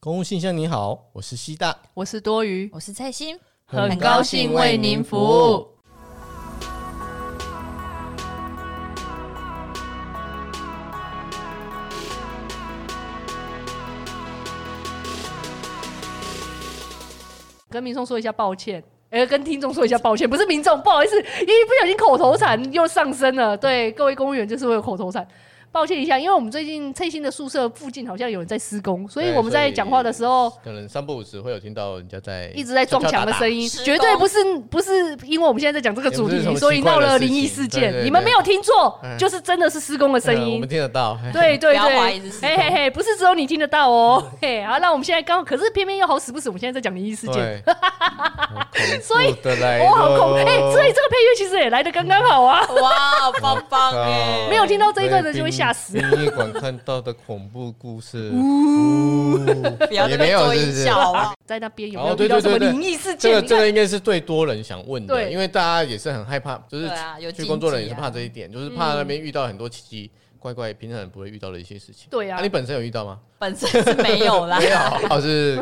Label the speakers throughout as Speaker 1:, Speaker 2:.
Speaker 1: 公务信箱，你好，我是西大，
Speaker 2: 我是多余，
Speaker 3: 我是蔡心，
Speaker 1: 很高兴为您服务。
Speaker 2: 跟民众说一下抱歉，哎、跟听众说一下抱歉，不是民众，不好意思，一不小心口头禅又上升了。对，各位公务员就是会有口头禅，抱歉一下，因为我们最近翠新的宿舍附近好像有人在施工，所以我们在讲话的时候。
Speaker 1: 可能三不五时会有听到人家在
Speaker 2: 哦一直在撞墙的声音，
Speaker 3: 敲敲打打
Speaker 2: 绝对不是不是因为我们现在在讲这个主
Speaker 1: 也不是什
Speaker 2: 题，
Speaker 1: 么
Speaker 2: 所以
Speaker 1: 奇怪
Speaker 2: 闹
Speaker 1: 的
Speaker 2: 了
Speaker 1: 事
Speaker 2: 灵异
Speaker 1: 情对
Speaker 2: 事
Speaker 1: 对
Speaker 2: 件。
Speaker 1: 对
Speaker 2: 你们没有听错
Speaker 1: 嗯，
Speaker 2: 就是真的是施工的声
Speaker 1: 嗯我
Speaker 2: 音
Speaker 1: 们。听得到，
Speaker 2: 对对
Speaker 3: 不要怀疑
Speaker 2: 对
Speaker 3: 是，
Speaker 2: 嘿嘿嘿，不是只有你听得到哦。嘿，好，那我们现在刚好，可是偏偏又好死不死，我们现在在讲灵异事件，
Speaker 1: 对，所
Speaker 2: 所以
Speaker 1: 的来
Speaker 2: 我好恐
Speaker 1: 咯
Speaker 2: 哎，所以这个配乐其实也来的刚刚好啊。
Speaker 3: 哇，棒棒哎！
Speaker 2: 没有听到这一段的就会吓死
Speaker 1: 在殡殡仪馆看到的恐怖故事， 呜，
Speaker 3: 不要
Speaker 1: 也
Speaker 3: 这
Speaker 1: 没
Speaker 3: 边
Speaker 1: 有
Speaker 3: 做
Speaker 1: 是不
Speaker 3: 音
Speaker 1: 是
Speaker 3: 效好不好？
Speaker 2: 在那边有没
Speaker 1: 哦
Speaker 2: 有
Speaker 1: 对
Speaker 2: 遇到什
Speaker 1: 对
Speaker 2: 么
Speaker 1: 对对
Speaker 2: 灵异事
Speaker 1: 这个
Speaker 2: 件？你
Speaker 1: 这
Speaker 2: 看
Speaker 1: 个应该是最多人想问的，
Speaker 2: 对
Speaker 1: 因为大家也是很害怕，就是
Speaker 3: 对啊有
Speaker 1: 去
Speaker 3: 禁
Speaker 1: 工作人也
Speaker 3: 忌
Speaker 1: 是
Speaker 3: 啊
Speaker 1: 怕这一点，
Speaker 2: 嗯
Speaker 1: 就是怕那边遇到很多奇奇怪怪平常人不会遇到的一些事情。
Speaker 2: 对啊
Speaker 1: 你本身有遇到吗？
Speaker 3: 本身是没有 啦
Speaker 1: 没，有，哦是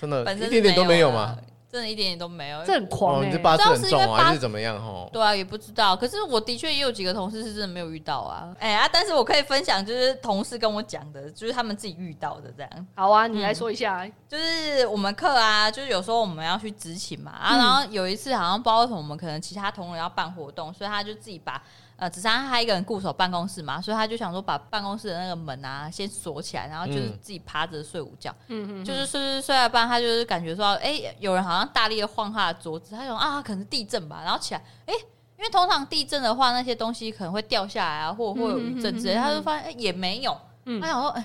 Speaker 1: 真 的，
Speaker 3: 本身
Speaker 1: 一
Speaker 3: 是
Speaker 1: 点点都没有
Speaker 2: 啊
Speaker 1: 吗
Speaker 3: 啦？？真的一点点都没有。
Speaker 2: 这很狂
Speaker 1: 哦，
Speaker 2: 哎
Speaker 1: 你这，八字
Speaker 3: 不
Speaker 1: 很
Speaker 3: 知道是因为
Speaker 1: 重哦
Speaker 3: 八
Speaker 1: 还是怎么样？哦，
Speaker 3: 对啊，也不知道。可是我的确也有几个同事是真的没有遇到啊。哎、啊，但是我可以分享，就是同事跟我讲的，就是他们自己遇到的这样。
Speaker 2: 好啊，你来说一下，
Speaker 3: 就是我们课啊，就是有时候我们要去执勤嘛
Speaker 2: 嗯
Speaker 3: 啊，然后有一次好像不知道为什么，我们可能其他同仁要办活动，所以他就自己把呃，只剩下他一个人固守办公室嘛，所以他就想说把办公室的那个门啊先锁起来，然后就是
Speaker 1: 嗯
Speaker 3: 自己趴着睡午觉，
Speaker 2: 嗯嗯，
Speaker 3: 就是睡睡睡到一半，他就是感觉说，哎、有人好像大力的晃他的桌子，他想啊，可能是地震吧，然后起来，哎、因为通常地震的话，那些东西可能会掉下来啊，或或有余震之
Speaker 2: 嗯嗯
Speaker 3: 类，
Speaker 2: 嗯嗯嗯
Speaker 3: 他就发现哎、也没有，
Speaker 2: 嗯
Speaker 3: 他想说，哎、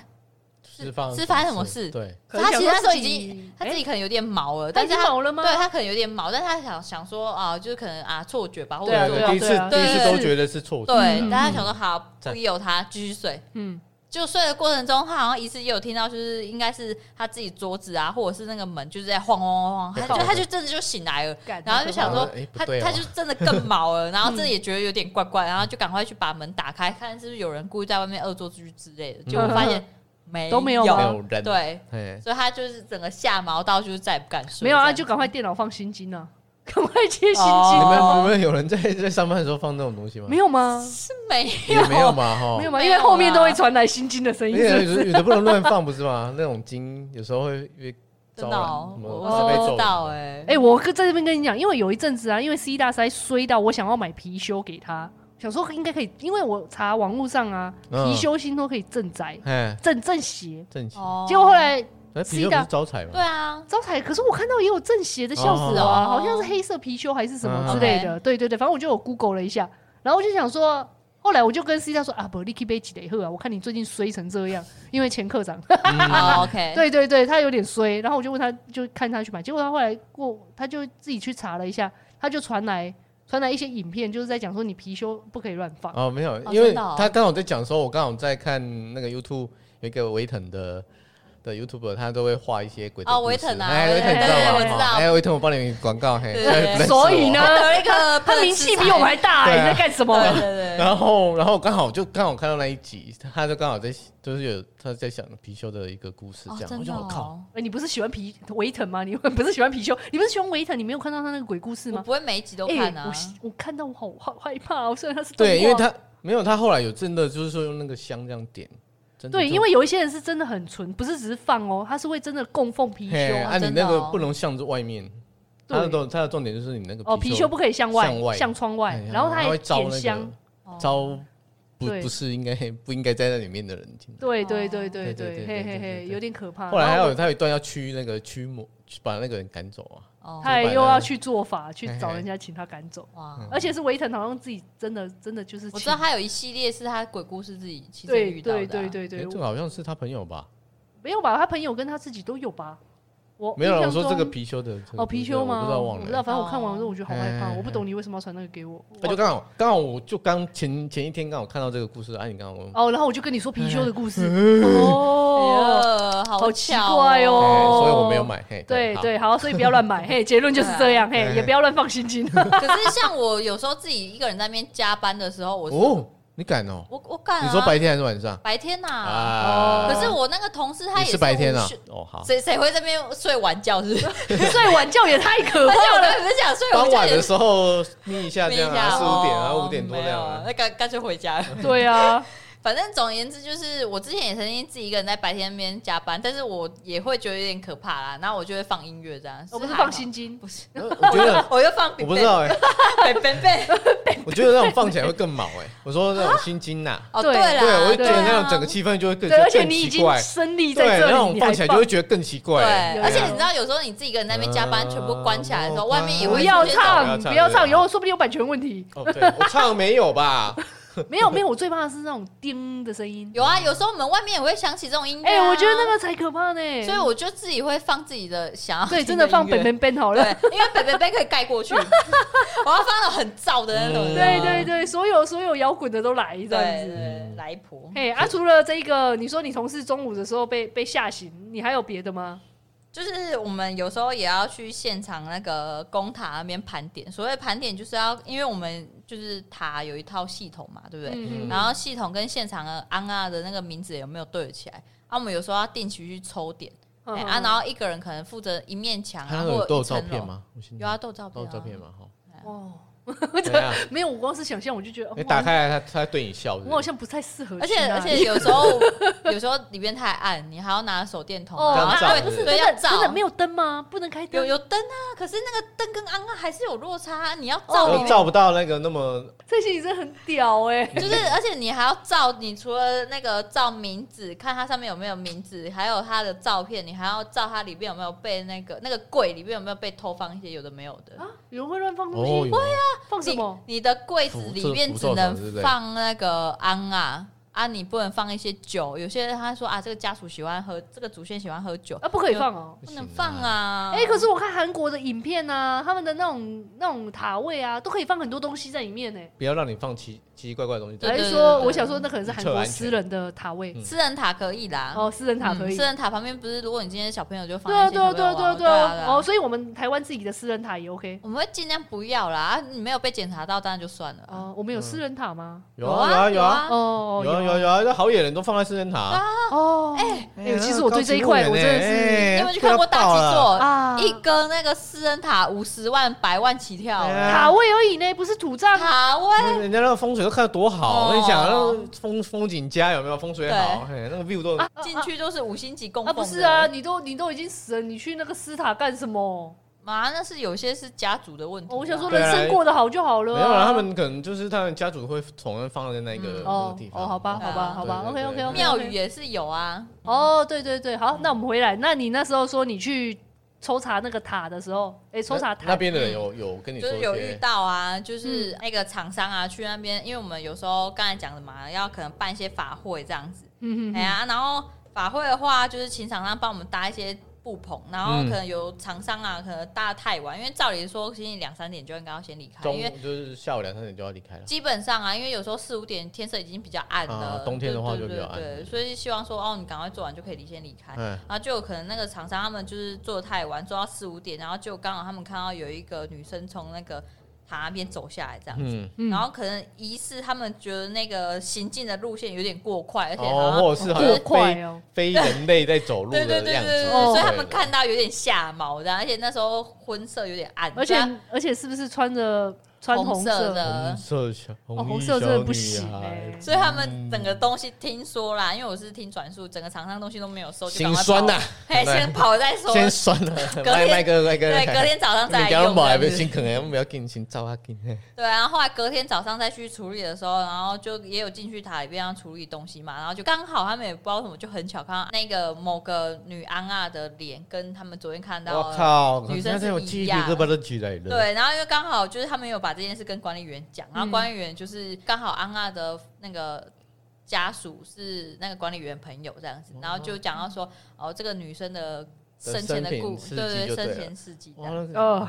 Speaker 1: 是发
Speaker 3: 是发生什么事
Speaker 1: 对，
Speaker 2: 可能
Speaker 3: 他
Speaker 2: 想
Speaker 3: 其实那时
Speaker 2: 说
Speaker 3: 候
Speaker 2: 自
Speaker 3: 已
Speaker 2: 己
Speaker 3: 经他
Speaker 2: 哎
Speaker 3: 自己可能有点毛了，
Speaker 2: 他
Speaker 3: 但
Speaker 2: 已
Speaker 3: 是
Speaker 2: 经
Speaker 3: 他
Speaker 2: 毛了吗？
Speaker 3: 对他可能有点毛，但他想想说啊，就是可能啊错觉吧，或者
Speaker 2: 对啊
Speaker 3: 是
Speaker 2: 对啊
Speaker 1: 第一次
Speaker 2: 对啊
Speaker 1: 第一次都
Speaker 3: 对
Speaker 1: 觉得是错觉，
Speaker 3: 对
Speaker 2: 嗯
Speaker 3: 但他想说好
Speaker 1: 赞
Speaker 3: 不由他继续睡。
Speaker 2: 嗯，
Speaker 3: 就睡的过程中，他好像疑似也有听到，就是应该是他自己桌子啊，或者是那个门就是在晃晃晃晃，他
Speaker 1: 对
Speaker 3: 就他就真的就醒来了，
Speaker 2: 干
Speaker 3: 然后就想说
Speaker 1: 哎不
Speaker 3: 他
Speaker 1: 对哦
Speaker 3: 他就真的更毛了，
Speaker 2: 嗯
Speaker 3: 然后这也觉得有点怪怪，然后就赶快去把门打开，看是不是有人故意在外面恶作剧之类的，结果发现
Speaker 2: 嗯
Speaker 3: 没
Speaker 2: 都没有
Speaker 1: 没
Speaker 2: 吗
Speaker 1: 有人，
Speaker 3: 啊对，
Speaker 1: 哎，
Speaker 3: 所以他就是整个下毛到就是再也不敢睡，
Speaker 2: 没有啊，
Speaker 3: 这
Speaker 2: 就
Speaker 3: 样
Speaker 2: 赶快电脑放心经啊， 赶快接心
Speaker 1: 你
Speaker 3: 哦
Speaker 2: 经，
Speaker 1: 们你们有人在在上班的时候放这种东西吗？
Speaker 2: 没，有吗？
Speaker 3: 是没
Speaker 1: 也没有嘛，哈，
Speaker 2: 没有吗？
Speaker 3: 哦没
Speaker 2: 因
Speaker 3: 有啊
Speaker 2: 为后面
Speaker 3: 啦
Speaker 2: 都会传来心经的声
Speaker 1: 而
Speaker 2: 音，是
Speaker 1: 且
Speaker 2: 不
Speaker 1: 有的
Speaker 2: 是？
Speaker 1: 有的不能乱放，不是吗？那种金有时候会越
Speaker 3: 真的哦，我
Speaker 2: 是
Speaker 3: 我是
Speaker 2: 被
Speaker 3: 不知道
Speaker 1: 哎。
Speaker 3: 哎，
Speaker 2: 哎、我跟在这边跟你讲，因为有一阵子啊，因为 C 大实在衰到我想要买貔貅给他，想说应该可以，因为我查网络上啊，
Speaker 1: 嗯
Speaker 2: 貔貅星都可以镇宅、
Speaker 1: 哎，
Speaker 2: 镇镇邪。
Speaker 1: 正气，
Speaker 3: 哦
Speaker 2: 结果后来
Speaker 1: 哎，貔
Speaker 2: 是
Speaker 1: 貅不
Speaker 2: 的
Speaker 1: 是招财吗？
Speaker 3: 对啊，
Speaker 2: 招财，可是我看到也有镇邪的笑死我啊，
Speaker 3: 哦
Speaker 2: 好像是黑色貔貅还是什么之类的。对对对，反正我就有 Google 了一下，然后我就想说，后来我就跟 C 大说啊，不，你去杯几得喝啊，我看你最近衰成这样，因为前科长。
Speaker 3: 哦 OK，
Speaker 2: 对对对，他有点衰，然后我就问他，就看他去买，结果他后来过，他就自己去查了一下，他就传来传来一些影片，就是在讲说你貔貅不可以乱放。
Speaker 1: 哦，没有，
Speaker 3: 哦
Speaker 1: 因为
Speaker 3: 真的哦
Speaker 1: 他刚好在讲的时候，我刚好在看那个 YouTube 有一个维腾的的 YouTuber，他都会画一些鬼的
Speaker 3: 哦
Speaker 1: 故事
Speaker 3: 维腾啊
Speaker 1: 哎，维腾你
Speaker 2: 对
Speaker 1: 知道吗？
Speaker 2: 对对我
Speaker 3: 知道
Speaker 1: 哦哎，维腾我帮你广告，嘿，
Speaker 3: 对
Speaker 1: 虽然不认识
Speaker 2: 所以呢
Speaker 1: 我，
Speaker 3: 有一个
Speaker 2: 他名气比我们还大、
Speaker 1: 对
Speaker 2: 欸，
Speaker 1: 啊
Speaker 2: 你在干什么？
Speaker 3: 对对对，
Speaker 1: 然后然后刚好就刚好看到那一集，他就刚好在就是有他在想貔貅的一个故事，这样，我就我靠，
Speaker 3: 哦，
Speaker 2: 哎你不是喜欢皮维腾吗？你不是喜欢貔貅？你不是喜欢维腾？你没有看到他那个鬼故事
Speaker 3: 我
Speaker 2: 吗？
Speaker 3: 不会每一集都
Speaker 2: 哎
Speaker 3: 看啊
Speaker 2: 我，是我看到我好好害怕哦，虽然他是
Speaker 1: 对，因
Speaker 2: 动
Speaker 1: 为
Speaker 2: 画
Speaker 1: 他没有，他后来有真的就是说用那个香这样点，真的
Speaker 2: 对，
Speaker 1: 就
Speaker 2: 因为有一些人是真的很纯，不是只是放哦，他是会真的供奉貔
Speaker 1: 嘿，
Speaker 2: 貅啊。
Speaker 1: 啊，你
Speaker 3: 真的
Speaker 1: 那个
Speaker 3: 哦
Speaker 1: 不能向着外面，他的
Speaker 2: 对，
Speaker 1: 重他的重点就是你那个
Speaker 2: 哦，貔貅不可以向外
Speaker 1: 向，外
Speaker 2: 向窗外
Speaker 1: 哎，
Speaker 2: 然后
Speaker 1: 它
Speaker 2: 他
Speaker 1: 会
Speaker 2: 也
Speaker 1: 招
Speaker 2: 点
Speaker 1: 那
Speaker 2: 香
Speaker 1: 个。
Speaker 3: 哦
Speaker 1: 招不
Speaker 2: 对
Speaker 1: 不是应该 不应该在那里面的人进来。
Speaker 2: 对对
Speaker 3: 哦
Speaker 2: 对对
Speaker 1: 对对对
Speaker 2: 对，
Speaker 1: 对
Speaker 2: 嘿嘿
Speaker 1: 对
Speaker 2: 嘿，
Speaker 1: 对
Speaker 2: 有点可怕。
Speaker 1: 后来还
Speaker 2: 啊然
Speaker 1: 有他有一段要驱那个驱魔，去把那个人赶走啊。
Speaker 3: 哦
Speaker 2: 他也又要去做法，去
Speaker 1: 嘿嘿
Speaker 2: 找人家请哎他赶走，
Speaker 3: 哇
Speaker 1: 嗯
Speaker 2: 而且是维腾好像自己真的真的就是
Speaker 3: 我知
Speaker 2: 请
Speaker 3: 道他有一系列是他鬼故事自己亲身
Speaker 2: 对
Speaker 3: 遇到的啊，
Speaker 2: 对对对
Speaker 1: 哎，
Speaker 2: 对，
Speaker 1: 这个
Speaker 2: 我
Speaker 1: 好像是他朋友吧？
Speaker 2: 没有吧？他朋友跟他自己都有吧？我
Speaker 1: 没有啦，
Speaker 2: 印
Speaker 1: 我说
Speaker 2: 象中
Speaker 1: 这个貔貅的这个
Speaker 2: 哦貔貅
Speaker 1: 我
Speaker 2: 吗？
Speaker 1: 不知道忘
Speaker 2: 我不知道，
Speaker 1: 了。
Speaker 2: 反
Speaker 3: 哦
Speaker 2: 正我看完之后我觉得好害
Speaker 1: 嘿
Speaker 2: 怕，
Speaker 1: 嘿
Speaker 2: 我不懂你为什么要传那个给我。
Speaker 1: 他就刚好刚好我就刚前前一天刚好看到这个故事，哎，你刚好问我。
Speaker 2: 哦，然后我就跟你说貔貅的故事哦，
Speaker 3: 哎呀，
Speaker 2: 好奇
Speaker 3: 巧
Speaker 2: 怪
Speaker 1: 哎
Speaker 2: 哦
Speaker 1: 所以我没有买。嘿，
Speaker 2: 对
Speaker 1: 好
Speaker 2: 对，好，所以不要乱买，嘿，结论就是这样，
Speaker 1: 对啊
Speaker 2: 嘿
Speaker 1: 嘿，嘿
Speaker 2: 也不要乱放心经。
Speaker 3: 可是像我有时候自己一个人在那边加班的时候，我是
Speaker 1: 哦，你敢哦？
Speaker 3: 我我敢、啊。
Speaker 1: 你说白天还是晚上？
Speaker 3: 白天呐、
Speaker 2: 哦
Speaker 1: 啊
Speaker 3: 可是我那个同事他
Speaker 1: 你
Speaker 3: 也
Speaker 1: 是白天
Speaker 3: 午
Speaker 1: 啊
Speaker 3: 休？
Speaker 1: 哦，好。
Speaker 3: 谁谁会在那边睡晚 觉？是不是？
Speaker 2: 睡晚觉也太可
Speaker 3: 而且
Speaker 2: 怕
Speaker 3: 我刚
Speaker 2: 了。
Speaker 3: 才不是讲睡
Speaker 1: 傍
Speaker 3: 午觉
Speaker 1: 晚
Speaker 3: 也
Speaker 1: 的
Speaker 3: 是
Speaker 1: 时候眯一下这样啊，四五点啊，
Speaker 3: 哦
Speaker 1: 五点多这样啊
Speaker 3: 没有。那干干脆回家了。
Speaker 2: 对啊，
Speaker 3: 反正总而言之，就是我之前也曾经自己一个人在白天那边加班，但是我也会觉得有点可怕啦。然后我就会放音乐这样，
Speaker 2: 我不是
Speaker 3: 还好
Speaker 2: 放心，经，
Speaker 3: 不是，
Speaker 1: 呃我觉得
Speaker 3: 我就放
Speaker 1: 我不知道哎，
Speaker 3: 贝贝贝。
Speaker 1: 我觉得那种放起来会更毛哎。我说那种心经呐，
Speaker 3: 哦，
Speaker 2: 对
Speaker 3: 啦，
Speaker 1: 对，我会觉得
Speaker 3: 啊
Speaker 1: 那种整个气氛就会更
Speaker 2: 对，而且
Speaker 1: 更
Speaker 2: 你已
Speaker 1: 奇
Speaker 2: 经
Speaker 1: 怪，
Speaker 2: 身历在
Speaker 1: 对，
Speaker 2: 这
Speaker 1: 那
Speaker 2: 里，
Speaker 1: 种
Speaker 2: 你
Speaker 1: 放
Speaker 2: 还
Speaker 1: 起来就会觉得更奇
Speaker 3: 对
Speaker 1: 怪哎。，
Speaker 3: 而且
Speaker 2: 有
Speaker 3: 你知道，有时候你自己一个人在那边加班，全部关起来的时候，
Speaker 1: 嗯
Speaker 3: 外面也
Speaker 1: 我
Speaker 2: 不
Speaker 3: 会
Speaker 2: 要
Speaker 3: 出现那种
Speaker 1: 不要唱
Speaker 2: 唱，不要唱，
Speaker 1: 对啊
Speaker 2: 以后说不定有版权问题。
Speaker 1: 哦，对，我唱没有吧？
Speaker 2: 没有没有，我最怕的是那种叮的声音。
Speaker 3: 有啊，有时候我们外面也会响起这种音乐啊。
Speaker 2: 哎，我觉得那个才可怕呢。
Speaker 3: 所以我就自己会放自己的想要
Speaker 2: 对，真
Speaker 3: 听
Speaker 2: 的放
Speaker 3: 音乐
Speaker 2: 本本 Ben 好了。
Speaker 3: 对，因为北北北可以盖过去，我要放那种很燥的那种，
Speaker 1: 嗯
Speaker 2: 对对对，所有所有摇滚的都来
Speaker 3: 对
Speaker 2: 这样
Speaker 3: 对
Speaker 2: 子。
Speaker 3: 对来婆，
Speaker 2: 哎啊，除了这个，你说你同事中午的时候被被吓醒，你还有别的吗？
Speaker 3: 就是我们有时候也要去现场那个公塔那边盘点，所谓盘点就是要，因为我们就是塔有一套系统嘛，对不对？
Speaker 2: 嗯
Speaker 3: 然后系统跟现场的安啊的那个名字有没有对得起来？啊，我们有时候要定期去抽点，
Speaker 2: 嗯
Speaker 3: 哎
Speaker 2: 嗯
Speaker 3: 啊，然后一个人可能负责一面墙
Speaker 1: 他
Speaker 3: 啊，
Speaker 1: 那
Speaker 3: 或
Speaker 1: 个
Speaker 3: 者
Speaker 1: 都
Speaker 3: 一
Speaker 1: 有
Speaker 3: 层
Speaker 1: 照
Speaker 3: 楼
Speaker 1: 片？吗？我先
Speaker 3: 有啊，都有照
Speaker 1: 都
Speaker 3: 片、
Speaker 1: 有
Speaker 3: 啊，
Speaker 1: 照片？吗？哈，
Speaker 2: 哦，
Speaker 1: 怎样？
Speaker 2: 没有，我光是想象我就觉得，哦
Speaker 1: 你哎打，开来，他他对你笑是不是，
Speaker 2: 我好像不太适合去
Speaker 3: 而且
Speaker 2: 那里。
Speaker 3: 而且有时候 有时候里面太暗，你还要拿手电筒啊，
Speaker 2: 哦
Speaker 3: 然
Speaker 1: 这样
Speaker 3: 后
Speaker 1: 照
Speaker 3: 对
Speaker 1: 是
Speaker 3: 对
Speaker 2: 真
Speaker 3: 要
Speaker 2: 的
Speaker 3: 照，啊
Speaker 2: 真的没有灯吗？不能开
Speaker 3: 有
Speaker 2: 灯？
Speaker 3: 有灯啊，可是那个灯跟安安还是有落差，啊你要照里
Speaker 1: 都
Speaker 3: 面。
Speaker 1: 哦照不到那个那么
Speaker 2: 这些你真的很屌哎、
Speaker 3: 就是，而且你还要照，你除了那个照名字，看它上面有没有名字，还有它的照片，你还要照它里面有没有被那个那个柜里面有没有被偷放一些有的没有的。
Speaker 2: 啊！有人会乱放东
Speaker 1: 哦，
Speaker 2: 西，
Speaker 1: 有啊
Speaker 2: 放什么？
Speaker 3: 你你的柜子
Speaker 1: 符
Speaker 3: 里面
Speaker 1: 这个符咒什么对
Speaker 3: 只
Speaker 1: 不
Speaker 3: 能
Speaker 1: 对
Speaker 3: 放那个安啊啊，你不能放一些酒。有些人他说啊，这个家属喜欢喝，这个祖先喜欢喝酒，
Speaker 2: 啊，不可以放哦。
Speaker 3: 不能放！啊。
Speaker 2: 哎、可是我看韩国的影片啊，他们的那种那种塔位啊，都可以放很多东西在里面呢、
Speaker 1: 不要让你放奇奇奇怪怪的东西在
Speaker 2: 还
Speaker 3: 对
Speaker 1: 里
Speaker 2: 是
Speaker 1: 面。
Speaker 2: 说，
Speaker 3: 对对
Speaker 2: 我想说那可能是韩国私人的塔位
Speaker 1: 嗯
Speaker 3: 私人塔可以啦，
Speaker 2: 哦，私人塔可
Speaker 3: 嗯
Speaker 2: 以。
Speaker 3: 私人塔旁边不是，如果你今天小朋友就放
Speaker 2: 对啊，
Speaker 3: 一些
Speaker 2: 对啊，对
Speaker 3: 小
Speaker 2: 啊，
Speaker 3: 朋友玩
Speaker 2: 对啊，
Speaker 3: 对
Speaker 2: 对
Speaker 3: 啊对
Speaker 2: 啊！
Speaker 3: 啊
Speaker 2: 哦，所以我们台湾自己的私人塔也 OK。
Speaker 3: 我们会尽量不要啦，啊你没有被检查到，当然就算了啊。
Speaker 2: 哦，我们有私人塔吗？
Speaker 1: 有啊有啊有啊
Speaker 3: 嗯
Speaker 2: 哦，哦
Speaker 1: 有啊有啊有啊！那好野人都放在四人塔，
Speaker 2: 哦，
Speaker 3: 哎
Speaker 2: 哎其实我对这一块我真的是
Speaker 3: 你
Speaker 1: 哎
Speaker 3: 有没有去看过大
Speaker 1: 鸡
Speaker 3: 基？座？
Speaker 2: 啊，
Speaker 3: 一根那个私人塔五十万、百万起跳，欸
Speaker 1: 哎呀
Speaker 2: 塔位而已呢，不是土葬啊。
Speaker 3: 塔位
Speaker 1: 那 人家那个风水都看得多好，
Speaker 3: 哦
Speaker 1: 我跟你讲，那个风风景家有没有风水好？嘿，那个 view 都
Speaker 2: 啊
Speaker 3: 进去都是五星级供
Speaker 2: 啊，
Speaker 3: 奉的。
Speaker 2: 不是啊，你都你都已经死了，你去那个斯塔干什么？
Speaker 3: 妈，那是有些是家族的问题啊。
Speaker 2: 哦我想说，
Speaker 1: 对啊
Speaker 2: 人生过得好就好了、
Speaker 1: 没
Speaker 2: 啊。
Speaker 1: 有了。他们可能就是他们家族会统一放在那个
Speaker 3: 嗯
Speaker 1: 那个
Speaker 2: 哦
Speaker 1: 地方。
Speaker 2: 哦，好吧，
Speaker 3: 对啊
Speaker 2: 好吧，好吧
Speaker 1: 对对对
Speaker 2: ，OK，OK，OK。
Speaker 3: 庙宇也是有啊，
Speaker 2: 哦，对对对，好，那我们回来。那你那时候说你去抽查那个塔的时候，哎，抽查
Speaker 1: 那那
Speaker 2: 塔，
Speaker 1: 边的人有有跟你
Speaker 3: 嗯就
Speaker 1: 说
Speaker 3: 是
Speaker 1: 一
Speaker 3: 有遇
Speaker 1: 些
Speaker 3: 到啊，
Speaker 2: 嗯
Speaker 3: 就是那个厂商啊，去那边，因为我们有时候刚才讲的嘛，要可能办一些法会这样子，
Speaker 2: 嗯
Speaker 3: 哎，呀，然后法会的话，就是请厂商帮我们搭一些布棚，然后
Speaker 1: 嗯
Speaker 3: 可能有厂商啊，可能搭得太晚，因为照理说，其实你两三点就应该要先离开，
Speaker 1: 中
Speaker 3: 因为
Speaker 1: 就是下午两三点就要离开了。
Speaker 3: 基本上啊，因为有时候四五点天色已经比较暗了，
Speaker 1: 啊冬天的话
Speaker 3: 对
Speaker 1: 就比较暗
Speaker 3: 对对对所以希望说哦，你赶快做完就可以离先离开。
Speaker 1: 嗯，
Speaker 3: 然后就有可能那个厂商他们就是做得太晚，做到四五点，然后就刚好他们看到有一个女生从那个塔那边走下来这样子，
Speaker 1: 嗯，
Speaker 2: 嗯
Speaker 3: 然后可能疑似他们觉得那个行进的路线有点过快，而且好
Speaker 1: 哦，
Speaker 3: 像
Speaker 1: 或者是好
Speaker 2: 过
Speaker 1: 像
Speaker 2: 快
Speaker 1: 非
Speaker 2: 哦，
Speaker 1: 非人类在走路
Speaker 3: 对对
Speaker 1: 的
Speaker 3: 对
Speaker 1: 样
Speaker 3: 对
Speaker 1: 子
Speaker 3: 对，对，
Speaker 2: 哦
Speaker 3: 所以他们看到有点吓毛的，而且那时候婚色有点暗，
Speaker 2: 而
Speaker 3: 所以
Speaker 2: 且而且是不是穿着穿
Speaker 3: 红
Speaker 2: 红色？
Speaker 3: 的
Speaker 1: 红，色小
Speaker 2: 哦红
Speaker 1: 衣
Speaker 2: 色
Speaker 1: 小
Speaker 2: 真的不
Speaker 1: 女
Speaker 2: 行
Speaker 1: 孩
Speaker 2: 哎
Speaker 3: 所以他们整个东西听说啦，因为我是听转述，整个厂商东西都没有收，就
Speaker 1: 心
Speaker 3: 赶快
Speaker 1: 酸呐啊
Speaker 3: 跑，，嘿，先跑再说，
Speaker 1: 先酸呐，麦麦哥麦哥，
Speaker 3: 对，隔天早上再来
Speaker 1: 你讲
Speaker 3: 用
Speaker 1: 无还
Speaker 3: 这
Speaker 1: 袂
Speaker 3: 样
Speaker 1: 先
Speaker 3: 子。
Speaker 1: 可能不要紧，先走啊紧。
Speaker 3: 对，然后后来隔天早上再去处理的时候，然后就也有进去塔里边要处理东西嘛，然后就刚好他们也不知道什么，就很巧看到那个某个女安啊的脸跟他们昨天看到
Speaker 1: 我
Speaker 3: 的
Speaker 1: 靠，
Speaker 3: 女生是
Speaker 1: 在我
Speaker 3: 一
Speaker 1: 记忆
Speaker 3: 样
Speaker 1: 都把它举来了。，
Speaker 3: 对，然后因为刚好就是他们有把这件事跟管理员讲，然后
Speaker 2: 嗯
Speaker 3: 管理员就是刚好安娜的那个家属是那个管理员朋友这样子，然后就讲到说，哦，这个女生的生前
Speaker 1: 生
Speaker 3: 的
Speaker 1: 平
Speaker 3: 故，
Speaker 1: 事迹
Speaker 3: 对
Speaker 1: 就对
Speaker 3: 对，生
Speaker 1: 了哦
Speaker 3: 前事迹这
Speaker 1: 哇
Speaker 3: 样。，
Speaker 1: 那个
Speaker 2: 呃，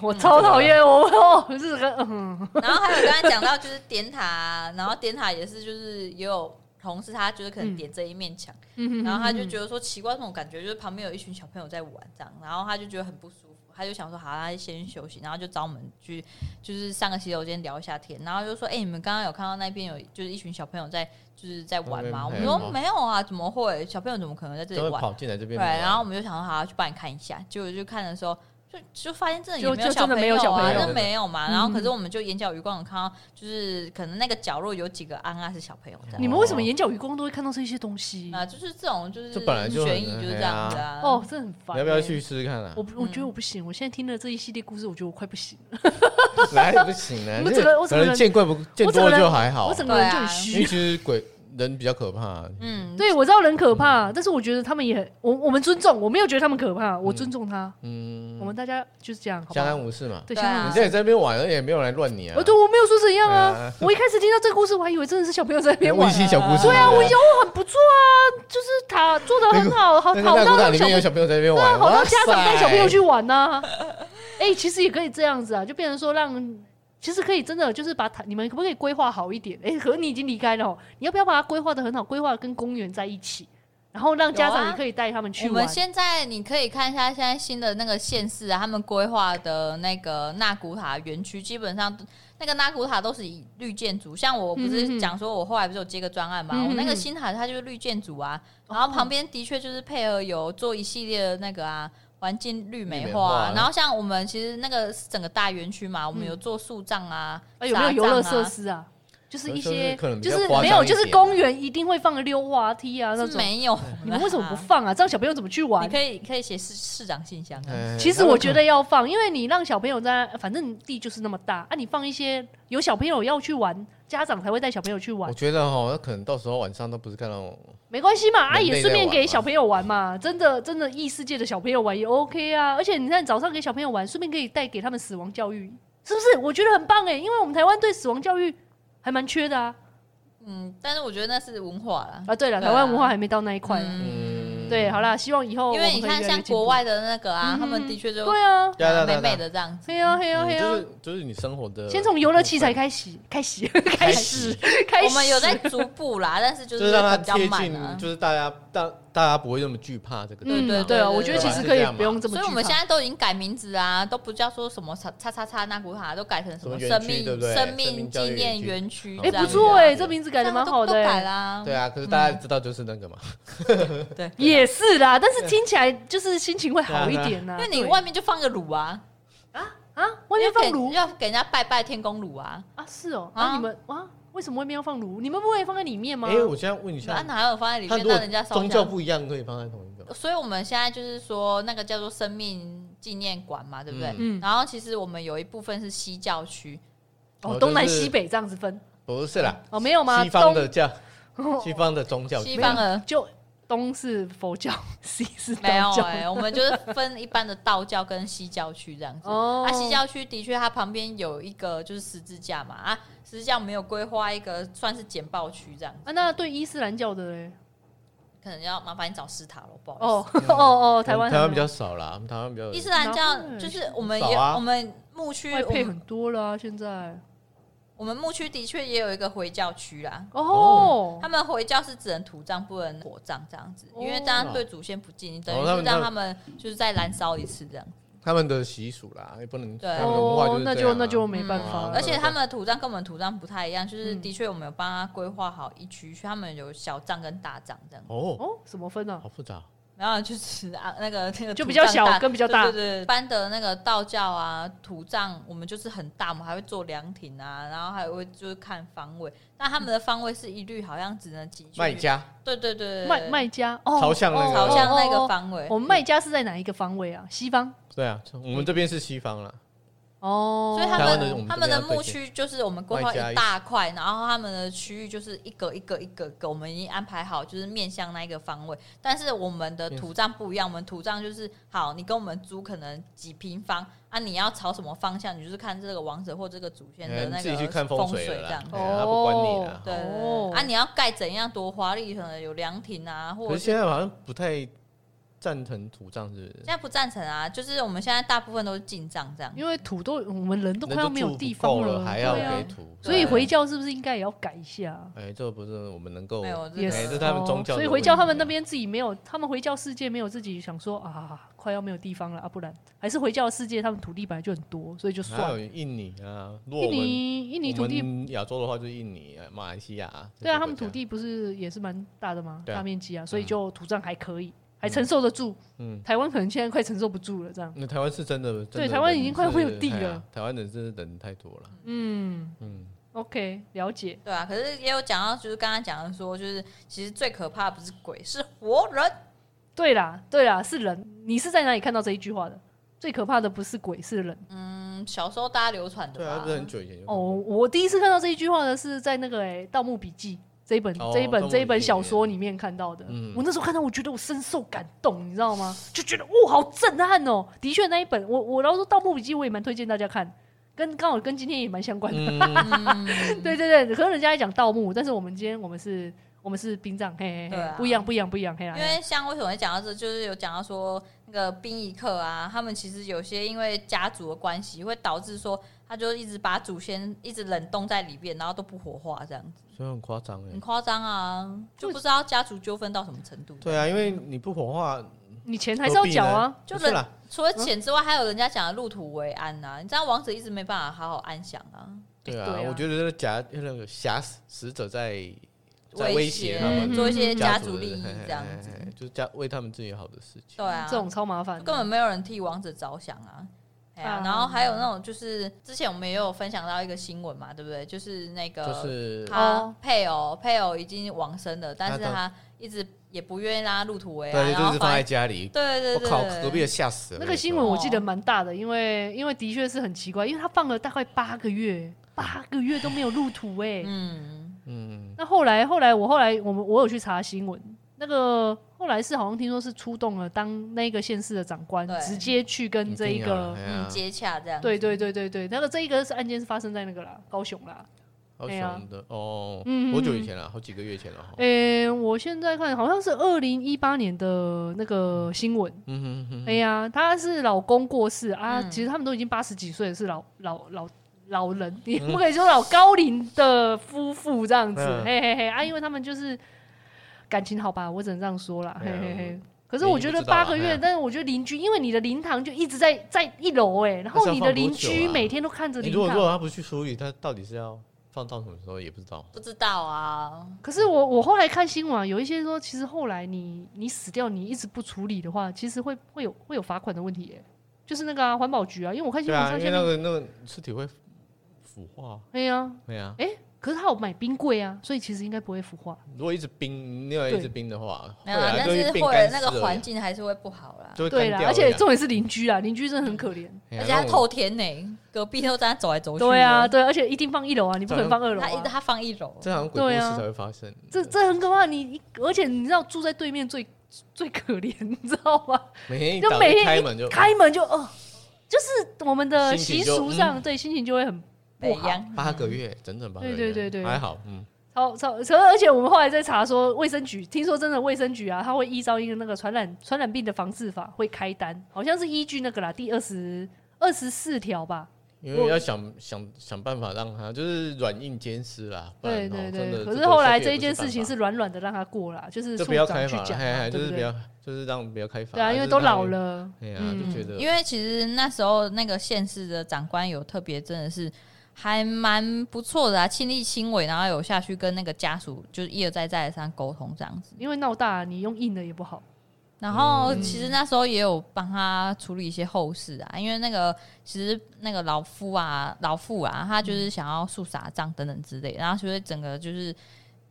Speaker 2: 我超讨厌我，哦，是个嗯，
Speaker 3: 然后还有刚才讲到就是点塔，然后点塔也是就是也有。同事他就是可能点这一面墙，
Speaker 2: 嗯
Speaker 3: 然后他就觉得说奇怪，这种感觉就是旁边有一群小朋友在玩这样，然后他就觉得很不舒服，他就想说好，他先休息，然后就找我们去就是上个洗手间聊一下天，然后就说哎、你们刚刚有看到那边有就是一群小朋友在就是在玩吗？我
Speaker 1: 那
Speaker 3: 们
Speaker 1: 边
Speaker 3: 说
Speaker 1: 没有
Speaker 3: 没有啊，怎么会？小朋友怎么可能在这
Speaker 1: 都
Speaker 3: 里
Speaker 1: 会
Speaker 3: 玩？
Speaker 1: 跑进来这边
Speaker 3: 对，
Speaker 1: 玩。
Speaker 3: 然后我们就想说好去帮你看一下，结果就看的时候。就就发现真的也
Speaker 2: 就
Speaker 3: 没有
Speaker 2: 就真的没有
Speaker 3: 小
Speaker 2: 小
Speaker 3: 啊，
Speaker 1: 朋友
Speaker 3: 真的没有嘛。
Speaker 2: 嗯
Speaker 3: 然后可是我们就眼角余光有看到，就是可能那个角落有几个安啊是小朋友这样
Speaker 2: 你们为什么眼角余光都会看到这些东西？
Speaker 3: 啊，就是这种就是
Speaker 1: 这本来就很哎
Speaker 3: 悬疑就是这样子啊。
Speaker 2: 哦，，这很烦。
Speaker 1: 你要不要？去试试看啊
Speaker 2: 我？不我觉得
Speaker 3: 嗯
Speaker 2: 我不行，我现在听了这一系列故事，我觉得我快不行了。
Speaker 1: 来不行啊！
Speaker 2: 我整个我整个人
Speaker 1: 人见怪不见
Speaker 2: 我整
Speaker 1: 多了
Speaker 2: 个人
Speaker 1: 就还好
Speaker 2: 我
Speaker 1: 啊，
Speaker 2: 整个人就很
Speaker 1: 因为其。
Speaker 2: 虚
Speaker 1: 实鬼人比较可怕。啊
Speaker 3: 嗯，
Speaker 2: 对，我知道人可怕，但是我觉得他们也很，我我们尊重，我没有觉得他们可怕，我尊重他，我
Speaker 1: 嗯，
Speaker 2: 们大家就是这样，好不
Speaker 1: 相安
Speaker 2: 好？
Speaker 1: 无事嘛。
Speaker 2: 对，
Speaker 3: 对
Speaker 2: 相
Speaker 3: 啊
Speaker 2: 安
Speaker 1: 你
Speaker 2: 无
Speaker 1: 这
Speaker 2: 事。
Speaker 1: 也在那边玩，而且也没有来乱你啊
Speaker 2: 哦，。对，我没有说怎样
Speaker 1: 对
Speaker 2: 啊
Speaker 1: 啊，
Speaker 2: 我一开始听到这个故事，我还以为真的是小朋友在那边
Speaker 1: 温
Speaker 2: 玩，
Speaker 1: 馨小故事。
Speaker 2: 对啊，我觉得我很不错啊，就是他做的很好，好
Speaker 1: 那个
Speaker 2: 好
Speaker 1: 大
Speaker 2: 到
Speaker 1: 鼓
Speaker 2: 那
Speaker 1: 岛
Speaker 2: 个
Speaker 1: 里
Speaker 2: 小
Speaker 1: 面有小朋友在那边玩，
Speaker 2: 啊好
Speaker 1: 哇
Speaker 2: 到
Speaker 1: 塞
Speaker 2: 家长带小朋友去。玩 呐、哎、其实也可以这样子啊，就变成说让，其实可以真的就是把它，你们可不可以规划好一点？哎、可是你已经离开了、哦，你要不要把它规划的很好，规划得跟公园在一起，然后让家
Speaker 3: 有
Speaker 2: 长
Speaker 3: 啊
Speaker 2: 也可以带他们去
Speaker 3: 我
Speaker 2: 玩
Speaker 3: 们。现在你可以看一下现在新的那个县市啊，他们规划的那个纳古塔园区，基本上那个纳古塔都是以绿建筑。像我不
Speaker 2: 嗯嗯
Speaker 3: 是
Speaker 2: 嗯
Speaker 3: 讲说，我后来不是有接个专案嘛，
Speaker 2: 嗯嗯嗯哦
Speaker 3: 我那个新塔它就是绿建筑啊，然后旁边的确就是配合有做一系列的那个啊。环境绿
Speaker 1: 绿
Speaker 3: 美
Speaker 1: 美
Speaker 3: 化、
Speaker 1: 化
Speaker 3: 啊
Speaker 1: 啊，
Speaker 3: 然后像我们其实那个整个大园区嘛，我们
Speaker 2: 嗯
Speaker 3: 有做树葬啊，
Speaker 2: 啊有没有游乐设
Speaker 3: 施？
Speaker 2: 施啊？就是
Speaker 1: 游
Speaker 2: 一
Speaker 1: 乐设施
Speaker 2: 些，
Speaker 1: 可能比
Speaker 2: 就
Speaker 1: 较
Speaker 2: 是
Speaker 1: 夸张
Speaker 2: 没有，
Speaker 1: 一
Speaker 2: 就是
Speaker 1: 点啊
Speaker 2: 公园一定会放个溜滑梯啊那
Speaker 3: 是
Speaker 2: 种。
Speaker 3: 没有。
Speaker 2: 你们为什么不放啊？这样小朋友怎么去玩
Speaker 3: 你？可以可以写市市长信箱啊。
Speaker 1: 哎
Speaker 2: 其实我觉得要放，因为你让小朋友在，反正地就是那么大啊，你放一些有小朋友要去玩，家长才会带小朋友去玩
Speaker 1: 我，觉得哈，那可能到时候晚上都不是看到我，
Speaker 2: 没关系嘛，啊
Speaker 1: 人类
Speaker 2: 也顺便
Speaker 1: 在玩
Speaker 2: 给
Speaker 1: 嘛
Speaker 2: 小朋友玩嘛，真的真的异世界的小朋友玩也 OK 啊，而且你看早上给小朋友玩，顺便可以带给他们死亡教育，是不是？我觉得很棒哎，因为我们台湾对死亡教育还蛮缺的啊，
Speaker 3: 嗯，但是我觉得那是文化啦。
Speaker 2: 啊对了，
Speaker 3: 对啊
Speaker 2: 台湾文化还没到那一块啊，
Speaker 1: 嗯，
Speaker 2: 对，好啦，希望以后
Speaker 3: 因为你看，像国外的那个啊，
Speaker 2: 嗯
Speaker 3: 他们的确就
Speaker 2: 我们会越来越进步，
Speaker 1: 对啊，对
Speaker 3: 美
Speaker 1: 啊，对啊
Speaker 3: 美，嗯的这样子。
Speaker 2: 对啊，对啊，
Speaker 1: 嗯
Speaker 2: 对啊，
Speaker 1: 就
Speaker 2: 对啊，
Speaker 1: 是嗯就是你生活的，
Speaker 2: 先从游乐器材开始，开始， 开始，开始，
Speaker 3: 我们有在逐步啦， 但是就
Speaker 1: 就是是让它
Speaker 3: 比较
Speaker 1: 贴
Speaker 3: 慢
Speaker 1: 近，
Speaker 3: 啊。
Speaker 1: 就是大家大大家不会那么惧怕这个地方。
Speaker 2: 嗯，
Speaker 3: 对
Speaker 2: 对啊，
Speaker 3: 对
Speaker 2: 我觉得
Speaker 3: 对
Speaker 2: 其
Speaker 3: 对
Speaker 2: 实
Speaker 1: 是
Speaker 2: 可
Speaker 1: 这
Speaker 2: 以
Speaker 1: 样
Speaker 2: 不用
Speaker 1: 嘛
Speaker 2: 这么
Speaker 3: 所
Speaker 2: 惧
Speaker 3: 以
Speaker 2: 怕。
Speaker 3: 我们现在都已经改名字啊，都不叫说什么叉叉叉叉那古塔，都改成什么
Speaker 1: 什么园
Speaker 3: 生
Speaker 1: 区
Speaker 3: 命
Speaker 1: 对不对
Speaker 3: 生
Speaker 1: 生
Speaker 3: 命
Speaker 1: 命
Speaker 3: 纪
Speaker 1: 教育
Speaker 3: 念
Speaker 1: 园区
Speaker 3: 园区
Speaker 1: 哦
Speaker 3: 这
Speaker 2: 哎、
Speaker 3: 样子啊。
Speaker 2: 不错哎、这名字改
Speaker 3: 这
Speaker 2: 的
Speaker 3: 样
Speaker 2: 蛮
Speaker 3: 都
Speaker 2: 好的、
Speaker 3: 都改
Speaker 2: 欸，
Speaker 3: 啦。
Speaker 1: 对啊，可是大家知道就是那个嘛，
Speaker 3: 对，因
Speaker 2: 也是啦。但是听起来就是心情会好一点呐、
Speaker 3: 为你
Speaker 2: 对
Speaker 3: 外面就放个炉啊，
Speaker 2: 啊，外面放炉
Speaker 3: 要给要给人家拜拜天公炉啊。
Speaker 2: 啊，是哦、
Speaker 3: 啊
Speaker 2: 啊，你们啊，为什么外面要放炉？你们不会放在里面吗？
Speaker 1: 哎，我现在问一
Speaker 3: 嗯那
Speaker 1: 下，
Speaker 3: 啊哪有放在里
Speaker 1: 它
Speaker 3: 面
Speaker 1: 如果
Speaker 3: 让人家烧
Speaker 1: 宗
Speaker 3: 香啊
Speaker 1: 教不一样，可以放在同一个吗，
Speaker 3: 所以我们现在就是说那个叫做生命纪念馆嘛，对不对？
Speaker 2: 嗯
Speaker 3: 然后其实我们有一部分是西教区，
Speaker 1: 我就
Speaker 2: 哦，
Speaker 1: 是
Speaker 2: 东南西北这样子分
Speaker 1: 不是啦，
Speaker 2: 哦，没有吗？
Speaker 1: 西方的教，
Speaker 2: 东
Speaker 1: 西方的宗教，
Speaker 3: 嗯西方的
Speaker 2: 就东是佛教，西是道
Speaker 3: 没有
Speaker 2: 教。
Speaker 3: 哎、我们就是分一般的道教跟西教区这样子。
Speaker 2: 哦，
Speaker 3: 啊，西教区的确，它旁边有一个就是十字架嘛，啊，十字架我们有规划一个算是简报区这样，
Speaker 2: 啊，那对伊斯兰教的嘞？
Speaker 3: 可能要麻烦你找斯塔罗，不好意思。
Speaker 2: 哦哦哦，台
Speaker 1: 台
Speaker 2: 湾
Speaker 1: 台湾比较少啦，我们台湾比较
Speaker 3: 伊斯兰
Speaker 2: 哪
Speaker 3: 教
Speaker 2: 会
Speaker 3: 就是我们
Speaker 1: 少
Speaker 3: 也、
Speaker 1: 啊
Speaker 3: 我们牧区，
Speaker 2: 外
Speaker 3: 我
Speaker 2: 配
Speaker 3: 们
Speaker 2: 很多啦，现在
Speaker 3: 我们牧区的确也有一个回教区啦，
Speaker 2: 哦
Speaker 3: 他们回教是只能土葬，不能火葬这样子，
Speaker 2: 哦
Speaker 3: 因为这样对祖先不敬，等于
Speaker 1: 哦他
Speaker 3: 是
Speaker 1: 们
Speaker 3: 让他们就是再燃烧一次这样。
Speaker 1: 他们的习俗啦，也不能
Speaker 3: 对
Speaker 1: 他们的文化
Speaker 2: 哦
Speaker 1: 是，
Speaker 2: 那
Speaker 1: 这样
Speaker 2: 就
Speaker 1: 啊
Speaker 2: 那就没办
Speaker 1: 嗯
Speaker 2: 法了
Speaker 3: 而。且他们的土葬跟我们土葬不太一样，就是
Speaker 2: 嗯
Speaker 3: 的确我们有帮他规划好一区，区他们有小葬跟大葬这样。
Speaker 1: 哦，
Speaker 2: 哦，怎么分啊？
Speaker 1: 好复杂，
Speaker 3: 然后就是 啊，那个那个
Speaker 2: 就
Speaker 3: 土
Speaker 2: 比较
Speaker 3: 葬
Speaker 2: 小跟比较大
Speaker 3: 对对对，一般的那个道教啊，土葬我们就是很大，我们还会做凉亭啊，然后还会就是看方位，那他们的方位是一律好像只能集聚
Speaker 1: 卖，家
Speaker 3: 对对对，对
Speaker 2: 卖卖家哦，
Speaker 1: 朝向那个
Speaker 3: 呃朝向那
Speaker 2: 哦
Speaker 3: 个
Speaker 2: 哦
Speaker 3: 方位
Speaker 2: 哦，我们卖家是在哪一个方位啊？西方
Speaker 1: 对啊，我们这边是西方啦，
Speaker 2: 哦，
Speaker 3: 所以他
Speaker 1: 台湾的我
Speaker 3: 们
Speaker 1: 们
Speaker 3: 他们的
Speaker 1: 这边要对
Speaker 3: 牧区就是我们规划
Speaker 1: 外加
Speaker 3: 一
Speaker 1: 一
Speaker 3: 大块，然后他们的区域就是一个一个一个个，我们已经安排好，就是面向那一个方位。但是我们的土葬不一样，我们土葬就是好，你跟我们租可能几平方啊，你要朝什么方向，你就是看这个王者或这个祖先的
Speaker 1: 嗯
Speaker 3: 那
Speaker 1: 你
Speaker 3: 个
Speaker 1: 自己去看
Speaker 3: 风
Speaker 1: 风水
Speaker 3: 这
Speaker 1: 了
Speaker 3: 样
Speaker 1: 啦，
Speaker 3: 子。
Speaker 1: 哎呀他不管你
Speaker 2: 哦
Speaker 1: 啦。
Speaker 3: 对对对
Speaker 2: 哦
Speaker 3: 啊，你要盖怎样多华丽，可能有凉亭啊，或
Speaker 1: 可
Speaker 3: 者
Speaker 1: 是现在好像不太赞成土葬是不是
Speaker 3: 现？在不赞成啊，就是我们现在大部分都是进藏这样。
Speaker 2: 因为土都我们人都
Speaker 1: 那
Speaker 2: 快要没有
Speaker 1: 就
Speaker 2: 地
Speaker 1: 住不够
Speaker 2: 方
Speaker 1: 了，还要
Speaker 2: 对啊
Speaker 1: 给土，
Speaker 2: 所以回教是不是应该也要改一下啊？
Speaker 1: 哎，这不是我们能够
Speaker 3: 没有，
Speaker 2: 也
Speaker 1: 哎
Speaker 2: 是
Speaker 1: 这是他们宗教的
Speaker 2: 哦所以回教他们
Speaker 1: 问题
Speaker 2: 那边自己没有，他们回教世界没有自己想说啊，快要没有地方了啊，不然还是回教世界他们土地本来就很多，所以就算
Speaker 1: 还有
Speaker 2: 了。
Speaker 1: 印尼啊，如果
Speaker 2: 印
Speaker 1: 我们
Speaker 2: 尼印尼土地，
Speaker 1: 地亚洲的话，就是印尼、啊、马来西亚、啊。这
Speaker 2: 对啊，
Speaker 1: 些
Speaker 2: 他们
Speaker 1: 国家，
Speaker 2: 土地不是也是蛮大的吗？
Speaker 1: 对啊
Speaker 2: 大面积啊，所以
Speaker 1: 嗯
Speaker 2: 就土葬还可以，还承受得住。
Speaker 1: 嗯，
Speaker 2: 台湾可能现在快承受不住了，这样。
Speaker 1: 那台湾是真的，真的
Speaker 2: 台湾
Speaker 1: 人
Speaker 2: 已经快
Speaker 1: 是
Speaker 2: 会有地
Speaker 1: 哎呀
Speaker 2: 了
Speaker 1: 台湾人真是人太多了，
Speaker 2: 嗯
Speaker 1: 嗯，
Speaker 2: ，OK，了解。
Speaker 3: 对啊，可是也有讲到，就是刚刚讲的说，就是其实最可怕的不是鬼，是活人。
Speaker 2: 对啦，对啦，是人。你是在哪里看到这一句话的？最可怕的不是鬼，是人。
Speaker 3: 嗯，小时候大家流传的
Speaker 1: 对
Speaker 3: 吧。
Speaker 1: 啊，这很久以前就看
Speaker 2: 哦，
Speaker 1: 过
Speaker 2: 我第一次看到这一句话呢，是在那个诶、盗墓笔记》这一本、
Speaker 1: 哦
Speaker 2: 这一
Speaker 1: 盗
Speaker 2: 本
Speaker 1: 墓笔记
Speaker 2: 这一本小说里面看到的。
Speaker 1: 嗯
Speaker 2: 我那时候看到，我觉得我深受感动，你知道吗？就觉得哦，好震撼哦！的确，那一本我我然后说《盗墓笔记》，我也蛮推荐大家看，跟刚好跟今天也蛮相关的。
Speaker 1: 嗯，
Speaker 3: 嗯，
Speaker 2: 对对对，可能人家在讲盗墓，但是我们今天我们是我们是殡葬，嘿嘿嘿，
Speaker 3: 对啊
Speaker 2: 不一样不一样不一样，嘿啦。
Speaker 3: 因为像为什么会讲到这，就是有讲到说那个殡仪课啊，他们其实有些因为家族的关系，会导致说他就一直把祖先一直冷冻在里面，然后都不火化，这样子
Speaker 1: 所以很夸张哎
Speaker 3: 很。夸张啊，就不知道家族纠纷到什么程度。
Speaker 1: 对啊，因为你不火化，
Speaker 2: 你钱还是要缴啊，
Speaker 3: 就
Speaker 1: 不是啦，
Speaker 3: 除了钱之外，还有人家讲的入土为安啊呐、你知道王子一直没办法好好安详啊，
Speaker 1: 对
Speaker 2: 对
Speaker 1: 啊
Speaker 2: 啊，
Speaker 1: 我觉得这个夹那个挟死者在在威
Speaker 3: 威
Speaker 1: 胁
Speaker 3: 胁
Speaker 1: 他们啊
Speaker 3: 做一些
Speaker 2: 嗯
Speaker 3: 家
Speaker 1: 族
Speaker 3: 族
Speaker 1: 的
Speaker 3: 利益这样子
Speaker 1: 嘿，嘿嘿就是家为他们自己好的事情。
Speaker 3: 对啊，
Speaker 2: 这种超麻烦的，
Speaker 3: 根本没有人替王者着想啊。哎呀
Speaker 2: 啊
Speaker 3: 然后还有那种就是之前我们也有分享到一个新闻嘛，对不对？就是那个
Speaker 1: 就是
Speaker 3: 他
Speaker 2: 哦
Speaker 3: 配偶配偶已经往生了，但是
Speaker 1: 那他
Speaker 3: 他一直也不愿意让他入土为安，
Speaker 1: 对，啊
Speaker 3: 然
Speaker 1: 就
Speaker 3: 后
Speaker 1: 是放
Speaker 3: 反
Speaker 1: 在家里。
Speaker 3: 对对
Speaker 1: 我
Speaker 3: 对，
Speaker 1: 靠，
Speaker 3: 对
Speaker 1: 隔壁的吓死了。
Speaker 2: 那个新闻我记得蛮大的，因为因为的确是很奇怪，因为他放了大概八个月，八个月都没有入土哎、
Speaker 3: 嗯，
Speaker 1: 嗯，
Speaker 2: 那后来后来我后来我们我有去查新闻，那个后来是好像听说是出动了当那个县市的长官
Speaker 3: 对，
Speaker 2: 直接去跟这一
Speaker 1: 定啊
Speaker 2: 个。
Speaker 1: 哎
Speaker 3: 嗯
Speaker 1: 呀
Speaker 3: 接洽这样，
Speaker 2: 对对对对对，那个这一个是案件是发生在那个啦，高雄啦。
Speaker 1: 好
Speaker 2: 对啊
Speaker 1: 熊的哦
Speaker 2: 嗯，
Speaker 1: 多久以前了？好几个月前了哈。哦
Speaker 2: 诶、我现在看好像是二零一八年的那个新闻。
Speaker 1: 嗯哼哼
Speaker 2: 哎呀，她是老公过世啊，
Speaker 3: 嗯
Speaker 2: 其实他们都已经八十几岁了，是老老老老人，也不可以说老高龄的夫妇这样子，
Speaker 1: 嗯
Speaker 2: 嘿嘿嘿啊，因为他们就是感情好吧，我只能这样说啦，
Speaker 1: 哎
Speaker 2: 嘿
Speaker 1: 呀
Speaker 2: 嘿
Speaker 1: 原
Speaker 2: 嘿
Speaker 1: 因。
Speaker 2: 可是我觉得
Speaker 1: 不知道啊
Speaker 2: 八个
Speaker 1: 哎
Speaker 2: 月
Speaker 1: 呀，
Speaker 2: 但是我觉得邻居，因为你的灵堂就一直在在一楼哎、然
Speaker 1: 那是
Speaker 2: 后
Speaker 1: 要
Speaker 2: 你
Speaker 1: 放
Speaker 2: 的
Speaker 1: 多
Speaker 2: 邻
Speaker 1: 久
Speaker 2: 居
Speaker 1: 啊
Speaker 2: 每天都看着
Speaker 1: 你
Speaker 2: 灵
Speaker 1: 如果如
Speaker 2: 堂。
Speaker 1: 果他不去处理，他到底是要放到什么时候也不知道。
Speaker 3: 不知道啊，
Speaker 2: 可是我我后来看新闻啊，有一些说，其实后来你你死掉，你一直不处理的话，其实会会有会有罚款的问题耶、就是那个啊，环保局啊，因为我看新
Speaker 1: 对
Speaker 2: 闻
Speaker 1: 啊，
Speaker 2: 上
Speaker 1: 因
Speaker 2: 下
Speaker 1: 为
Speaker 2: 面
Speaker 1: 那个那个尸体会腐化。
Speaker 2: 哎呀、
Speaker 1: 对啊，
Speaker 2: 可是他有买冰柜啊，所以其实应该不会腐化。
Speaker 1: 如果一直冰，另外一直冰的话，
Speaker 3: 没有啊，
Speaker 1: 会啊
Speaker 3: 但
Speaker 1: 就是会变
Speaker 3: 或者
Speaker 1: 干
Speaker 3: 那
Speaker 1: 死
Speaker 3: 个
Speaker 1: 而已
Speaker 3: 环
Speaker 1: 啊
Speaker 3: 境还是会不好啦，
Speaker 1: 就会
Speaker 2: 对
Speaker 1: 干
Speaker 2: 啦，
Speaker 1: 掉
Speaker 2: 而且
Speaker 1: 已啊
Speaker 2: 重点是邻居啊，邻居真的很可怜。
Speaker 1: 哎呀
Speaker 3: 而且他
Speaker 1: 那种
Speaker 3: 透天呢，隔壁都在那走来走去，
Speaker 2: 对啊，，对，而且一定放一楼啊，你不可能放二楼、
Speaker 3: 他一
Speaker 2: 啊。
Speaker 3: 他放一楼，
Speaker 1: 这好像鬼故
Speaker 2: 对
Speaker 1: 事
Speaker 2: 啊
Speaker 1: 才会发生。
Speaker 2: 这这很可怕，你而且你知道住在对面最最可怜，你知道吗？
Speaker 1: 每天一
Speaker 2: 就
Speaker 1: 打
Speaker 2: 每天
Speaker 1: 开
Speaker 2: 一
Speaker 1: 门就
Speaker 2: 开门就哦，就是我们的
Speaker 1: 心情
Speaker 2: 习
Speaker 1: 就嗯
Speaker 2: 俗上，对心情就会很
Speaker 3: 北
Speaker 2: 不好。
Speaker 3: 洋
Speaker 1: 八个月，整整八个月，
Speaker 2: 对对对对
Speaker 1: 还好，嗯，
Speaker 2: 超超超，而且我们后来在查说，卫生局听说真的卫生局啊，他会依照一个那个传染传染病的防治法会开单，好像是依据那个啦，第二十二十四条吧，
Speaker 1: 因为要想想想办法让他就是软硬兼施啦。不然
Speaker 2: 对对
Speaker 1: 哦真
Speaker 2: 对，
Speaker 1: 的
Speaker 2: 可
Speaker 1: 这
Speaker 2: 是
Speaker 1: 个
Speaker 2: 后来
Speaker 1: 社
Speaker 2: 这
Speaker 1: 会也
Speaker 2: 一
Speaker 1: 不
Speaker 2: 件
Speaker 1: 办
Speaker 2: 事情
Speaker 1: 法
Speaker 2: 是软软的让他过啦，就是
Speaker 1: 就
Speaker 2: 处
Speaker 1: 不要
Speaker 2: 长
Speaker 1: 开
Speaker 2: 去
Speaker 1: 嘛，
Speaker 2: 讲
Speaker 1: 嘿
Speaker 2: 嘛，
Speaker 1: 嘿，就是
Speaker 2: 对不
Speaker 1: 不
Speaker 2: 对？
Speaker 1: 要，就是让不要开罚。
Speaker 2: 对啊，因
Speaker 1: 就
Speaker 2: 为
Speaker 1: 是
Speaker 2: 都
Speaker 1: 他
Speaker 2: 老
Speaker 1: 们，
Speaker 2: 了，
Speaker 1: 哎呀，
Speaker 2: 嗯
Speaker 1: 就觉得
Speaker 3: 因为其实那时候那个县市的长官有特别，真的是还蛮不错的啊，亲力亲为，然后有下去跟那个家属就是一而再再而三沟通这样子。
Speaker 2: 因为闹大你用硬的也不好，
Speaker 3: 然后其实那时候也有帮他处理一些后事啊，因为那个其实那个老夫啊、老妇啊，他就是想要速撒葬等等之类，然后所以整个就是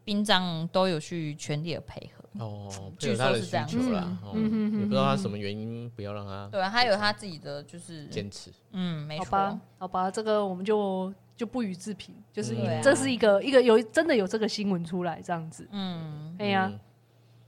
Speaker 3: 殡葬都有去全力的配合。
Speaker 1: 哦，
Speaker 3: 据
Speaker 1: 配合他
Speaker 3: 说
Speaker 1: 的
Speaker 3: 是
Speaker 1: 需
Speaker 3: 这样
Speaker 1: 求啦，哦
Speaker 2: 嗯哼哼
Speaker 1: 也不知道他什么原因，不要让他
Speaker 3: 对啊，他有他自己的就是
Speaker 1: 坚持。
Speaker 3: 嗯，没
Speaker 2: 好
Speaker 3: 错
Speaker 2: 吧，，好吧，这个我们就就不予置评，就是
Speaker 1: 嗯
Speaker 2: 一
Speaker 3: 对啊
Speaker 2: 这是一个一个有真的有这个新闻出来这样子，
Speaker 3: 嗯，
Speaker 2: 哎呀
Speaker 1: 嗯，，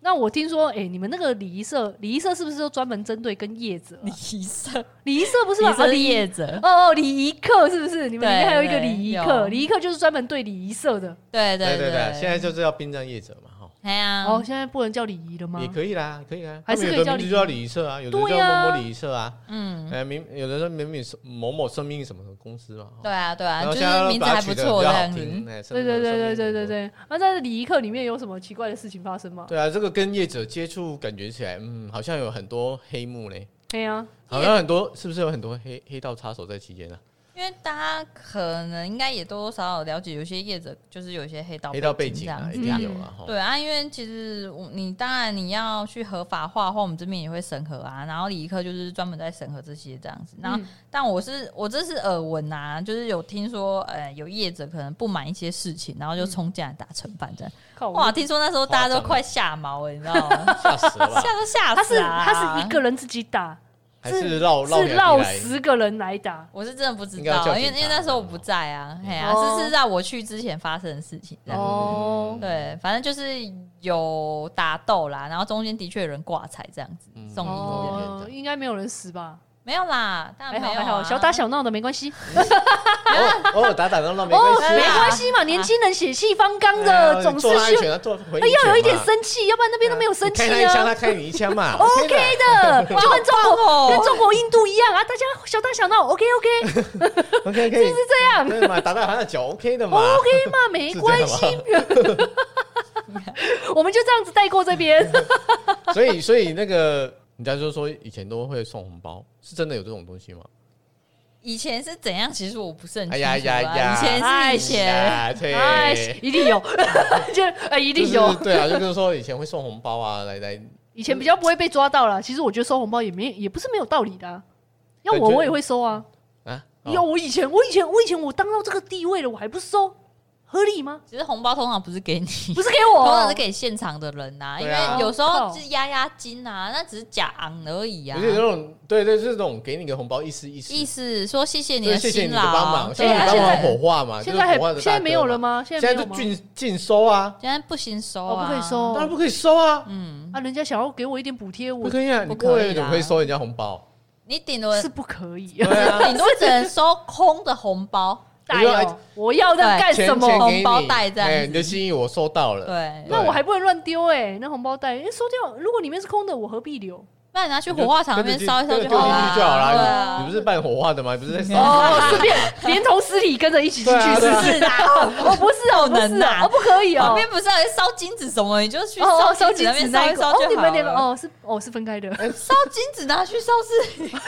Speaker 2: 那我听说，哎，你们那个礼仪社，礼仪社是不是都专门针对跟业者啊？
Speaker 3: 仪社，
Speaker 2: 礼仪社不是
Speaker 3: 礼
Speaker 2: 吧
Speaker 3: 仪社
Speaker 2: 啊
Speaker 3: 是
Speaker 2: 礼
Speaker 3: 业者，
Speaker 2: 哦哦，礼仪课是不是？你们里面
Speaker 3: 对
Speaker 2: 还有一个
Speaker 3: 对
Speaker 2: 礼仪
Speaker 3: 有
Speaker 2: 课，礼仪课就是专门对礼仪社的。
Speaker 3: 对
Speaker 1: 对
Speaker 3: 对
Speaker 1: 对对，现在
Speaker 3: 对，
Speaker 1: 就是要殡葬业者嘛，哈，
Speaker 3: 哎呀，
Speaker 2: 哦，现在不能叫礼仪了吗
Speaker 1: 也？可以啦，可以啊。
Speaker 2: 还是
Speaker 1: 他们
Speaker 2: 可以
Speaker 1: 有
Speaker 2: 叫
Speaker 1: 的名
Speaker 2: 礼
Speaker 1: 字
Speaker 2: 仪
Speaker 1: 就叫礼仪社啊，有的就
Speaker 2: 对
Speaker 1: 叫
Speaker 2: 啊
Speaker 1: 某某礼仪社啊，
Speaker 3: 嗯，
Speaker 1: 哎，明有的说明明是某某生命什么什么公司嘛，哦
Speaker 3: 对啊，对啊，
Speaker 1: 然
Speaker 3: 就
Speaker 1: 后
Speaker 3: 是
Speaker 1: 现在
Speaker 3: 名字
Speaker 1: 把它
Speaker 3: 还
Speaker 1: 取
Speaker 3: 不
Speaker 1: 得
Speaker 3: 错
Speaker 1: 比
Speaker 3: 这
Speaker 1: 较
Speaker 3: 样
Speaker 1: 好听，
Speaker 3: 子。
Speaker 1: 哎生
Speaker 2: 对
Speaker 1: 命
Speaker 2: 嗯对对对
Speaker 1: 生
Speaker 2: 对
Speaker 1: 命
Speaker 2: 对对。那在礼仪课里面有什么奇怪的事情发生吗？
Speaker 1: 对啊，这个跟业者接触，感觉起来，嗯，好像有很多黑幕嘞，
Speaker 2: 对哎呀，嗯
Speaker 1: 好像很多，是不是有很多黑黑道插手在期间啊呢、
Speaker 3: 因为大家可能应该也多多少少了解，有些业者就是有些黑道
Speaker 1: 黑道
Speaker 3: 背
Speaker 1: 背景
Speaker 3: 这样
Speaker 1: 啊，
Speaker 3: 子
Speaker 1: 一定有
Speaker 2: 嗯
Speaker 1: 啊。吼
Speaker 3: 对啊，因为其实我你当然你要去合法化的话，我们这边也会审核啊。然后理科就是专门在审核这些这样子。然后，
Speaker 2: 嗯
Speaker 3: 但我是我这是耳闻啊，就是有听说，呃，有业者可能不满一些事情，然后就冲进来打成板这样。
Speaker 2: 靠
Speaker 1: 嗯
Speaker 2: 我
Speaker 3: 哇，听说那时候大家都快吓毛了，你知道吗？
Speaker 1: 吓死了吧
Speaker 3: 吓？都吓
Speaker 2: 他
Speaker 3: 死
Speaker 2: 是
Speaker 3: 啊！
Speaker 2: 他是一，个人自己打，
Speaker 1: 还是绕绕
Speaker 2: 是
Speaker 1: 起
Speaker 2: 绕
Speaker 1: 来？
Speaker 2: 十个人来打，
Speaker 3: 我是真的不知
Speaker 1: 应该要
Speaker 3: 道，
Speaker 1: 叫
Speaker 3: 因为因
Speaker 1: 警察嗯
Speaker 3: 为那时候我不在啊，哎呀、
Speaker 2: 哦
Speaker 3: 这是在我去之前发生的事情。这样
Speaker 2: 哦
Speaker 3: 对，反正就是有打斗啦，然后中间的确有人挂彩这样子
Speaker 1: 嗯
Speaker 3: 送医的，
Speaker 2: 哦，应该没有人死吧？
Speaker 3: 没有啦，当
Speaker 2: 还
Speaker 3: 然
Speaker 2: 好
Speaker 3: 没有
Speaker 2: 还
Speaker 3: 啊
Speaker 2: 好，小打小闹的没关系，
Speaker 1: 偶尔打打闹闹没关
Speaker 3: 对
Speaker 1: 系
Speaker 2: 哦没
Speaker 1: 啊，
Speaker 3: 啊
Speaker 2: 关系嘛，年轻人血气方刚
Speaker 1: 哎呀
Speaker 2: 的，总是
Speaker 1: 做安
Speaker 2: 需要哎
Speaker 1: 全啊，做回应
Speaker 2: 要有一点
Speaker 1: 嘛哎
Speaker 2: 生气，要不然那边都没有生气
Speaker 1: 你开他一枪，
Speaker 2: 啊。
Speaker 1: 他开你一枪 嘛
Speaker 2: OK 的，就跟中国
Speaker 3: 哦
Speaker 2: 跟中国印度一样啊，大家小打小闹，OK OK
Speaker 1: ，OK 可以
Speaker 2: 是这样
Speaker 1: 对嘛？打到他的脚 OK 的嘛？
Speaker 2: OK 嘛，没
Speaker 1: 是这
Speaker 2: 关
Speaker 1: 样
Speaker 2: 系，
Speaker 1: 嘛？
Speaker 2: 我们就这样子带过这边。
Speaker 1: 所以所以那个人家就说以前都会送红包，是真的有这种东西吗？
Speaker 3: 以前是怎样？其实我不是很
Speaker 1: 哎
Speaker 3: 清楚
Speaker 1: 呀
Speaker 3: 啊。
Speaker 1: 呀呀！
Speaker 3: 以前是以前，
Speaker 1: 哎， 对，
Speaker 2: 哎，一定有， 就哎一
Speaker 1: 就
Speaker 2: 定
Speaker 1: 是
Speaker 2: 有。
Speaker 1: 对啊，就跟说以前会送红包啊，来来，
Speaker 2: 以前比较不会被抓到啦。其实我觉得收红包也没也不是没有道理的、啊，要我
Speaker 1: 对就
Speaker 2: 我也会收啊。
Speaker 1: 啊，哦
Speaker 2: 要我以前我以前我以前我当到这个地位了，我还不收，合理吗？
Speaker 3: 其实红包通常不 是给你，
Speaker 2: 不是给
Speaker 3: 通常
Speaker 2: 我
Speaker 3: 是，给现场的人呐、因
Speaker 1: 对啊
Speaker 3: 为有时
Speaker 2: 哦
Speaker 3: 候
Speaker 2: 靠
Speaker 3: 是压压惊啊，那只是假昂而已啊
Speaker 1: 哦不。是那种，对对，是那种给你个红包，意思意思，
Speaker 3: 意思说谢谢你
Speaker 1: 就是
Speaker 3: 的
Speaker 1: 谢谢
Speaker 3: 辛
Speaker 1: 你的
Speaker 3: 劳，
Speaker 1: 帮忙，谢
Speaker 3: 对
Speaker 1: 谢你
Speaker 3: 啊，
Speaker 1: 帮
Speaker 3: 现
Speaker 1: 忙
Speaker 3: 在
Speaker 1: 火化嘛，
Speaker 2: 现
Speaker 1: 就是
Speaker 2: 在
Speaker 1: 火
Speaker 2: 还
Speaker 1: 化的大哥嘛
Speaker 2: 现在没有了吗？现
Speaker 1: 现
Speaker 2: 在
Speaker 1: 在
Speaker 2: 没
Speaker 1: 就
Speaker 2: 有吗？
Speaker 1: 禁禁收啊，
Speaker 3: 现在不行收
Speaker 2: 哦，
Speaker 3: 啊，
Speaker 2: 不可以收
Speaker 1: 当然不可以收啊，
Speaker 3: 嗯，
Speaker 2: 啊！人家想要给我一点补贴，
Speaker 1: 不
Speaker 2: 我
Speaker 1: 可以啊，
Speaker 3: 不
Speaker 1: 你
Speaker 3: 可以啦
Speaker 1: 过年怎么可以收人家红包？
Speaker 3: 你顶多
Speaker 2: 是不可以。
Speaker 1: 对啊，
Speaker 3: 顶多只能收空的红包，
Speaker 2: 大
Speaker 1: 我
Speaker 2: 友
Speaker 1: 就，
Speaker 2: 哦我要那干
Speaker 1: 钱
Speaker 2: 什
Speaker 1: 钱
Speaker 2: 么？
Speaker 1: 给你
Speaker 3: 红包袋这样子
Speaker 1: 哎你的心意我收到了，
Speaker 3: 对，
Speaker 2: 那我还不能乱丢哎，那红包袋，因为收掉，如果里面是空的，我何必留？
Speaker 3: 那你拿去火化场那边烧一烧
Speaker 1: 就丢
Speaker 3: 好
Speaker 1: 进
Speaker 3: 啦，
Speaker 1: 去就好
Speaker 3: 对
Speaker 1: 啦。你
Speaker 3: 啊
Speaker 1: 你不是办火化的吗？你不是在烧？
Speaker 2: 哦，顺便连同尸体跟着一起进
Speaker 1: 对啊
Speaker 2: 去，
Speaker 1: 对
Speaker 2: 是
Speaker 1: 啊
Speaker 2: 不是？
Speaker 3: 是啦，
Speaker 2: 哦，不是哦，
Speaker 3: 不
Speaker 2: 不
Speaker 3: 能
Speaker 2: 是
Speaker 3: 啊
Speaker 2: 哦，不可以
Speaker 3: 旁
Speaker 2: 哦。
Speaker 3: 边不是还烧金子什么，你就去
Speaker 2: 哦，哦
Speaker 3: 烧
Speaker 2: 收
Speaker 3: 金
Speaker 2: 集
Speaker 3: 子那
Speaker 2: 那一
Speaker 3: 边烧一
Speaker 2: 个
Speaker 3: 烧
Speaker 2: 哦，你
Speaker 3: 就好
Speaker 2: 们连
Speaker 3: 了。
Speaker 2: 哦是哦是分 开的，
Speaker 3: 烧金子拿去烧是
Speaker 1: 哎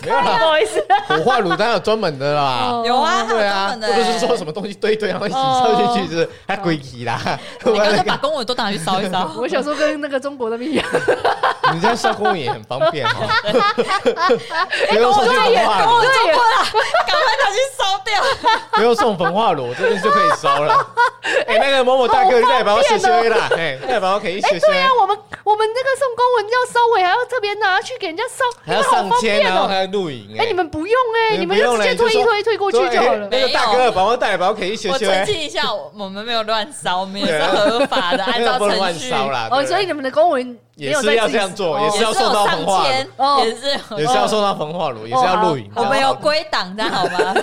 Speaker 1: 没有
Speaker 2: 不
Speaker 1: 啦，
Speaker 2: 好意思，
Speaker 1: 火化炉当然有专门的啦。
Speaker 2: 哦。
Speaker 3: 有啊，
Speaker 1: 对
Speaker 3: 还
Speaker 1: 啊，
Speaker 3: 有专门
Speaker 1: 或
Speaker 3: 的欸哦
Speaker 1: 者是说什么东西堆一堆，然后一起烧进去，就是还鬼气啦。
Speaker 3: 你干脆
Speaker 1: 我
Speaker 3: 把公文都拿去烧一烧
Speaker 2: 我小时候跟那个中国 那边一样，
Speaker 1: 你这样烧公文也很方便哦哈，不用送去
Speaker 2: 对耶
Speaker 1: 焚化炉，
Speaker 2: 对耶，
Speaker 3: 赶快拿去烧掉。
Speaker 1: 不用送焚化炉，这边就可以烧 了。哎，那个某某大哥，你再帮我修修啦，
Speaker 3: 哦
Speaker 1: 哎，再帮我可以修修，
Speaker 2: 对啊，我们我们那个送公文要收尾，还要特别拿去给人家收，
Speaker 1: 还要
Speaker 2: 你们好
Speaker 1: 上
Speaker 2: 方
Speaker 1: 千，
Speaker 2: 便
Speaker 1: 然后还
Speaker 2: 哦。
Speaker 1: 要录影。
Speaker 2: 哎，你们不用哎，你们就直接推一推，推过去就好了
Speaker 1: 那。个大哥，帮我带，帮我可以修
Speaker 3: 我
Speaker 1: 修。
Speaker 3: 澄清一下，我我们没有乱烧，我们也是合法的，按
Speaker 1: 那
Speaker 3: 照
Speaker 1: 个不能啊
Speaker 3: 程
Speaker 1: 乱
Speaker 3: 序。
Speaker 1: 烧啦。
Speaker 2: 哦，
Speaker 1: 对
Speaker 2: 所以你们的公文没
Speaker 1: 也
Speaker 2: 有在
Speaker 1: 是要
Speaker 2: 自己
Speaker 1: 这样做，
Speaker 2: 哦
Speaker 1: 也是要
Speaker 3: 也是
Speaker 1: 送
Speaker 3: 有
Speaker 1: 到
Speaker 3: 上
Speaker 1: 焚化炉，
Speaker 3: 千
Speaker 2: 哦，
Speaker 3: 也是有
Speaker 1: 也是要送到焚化炉，也是要录影。
Speaker 3: 我们有
Speaker 1: 然后
Speaker 3: 归档的好 吗？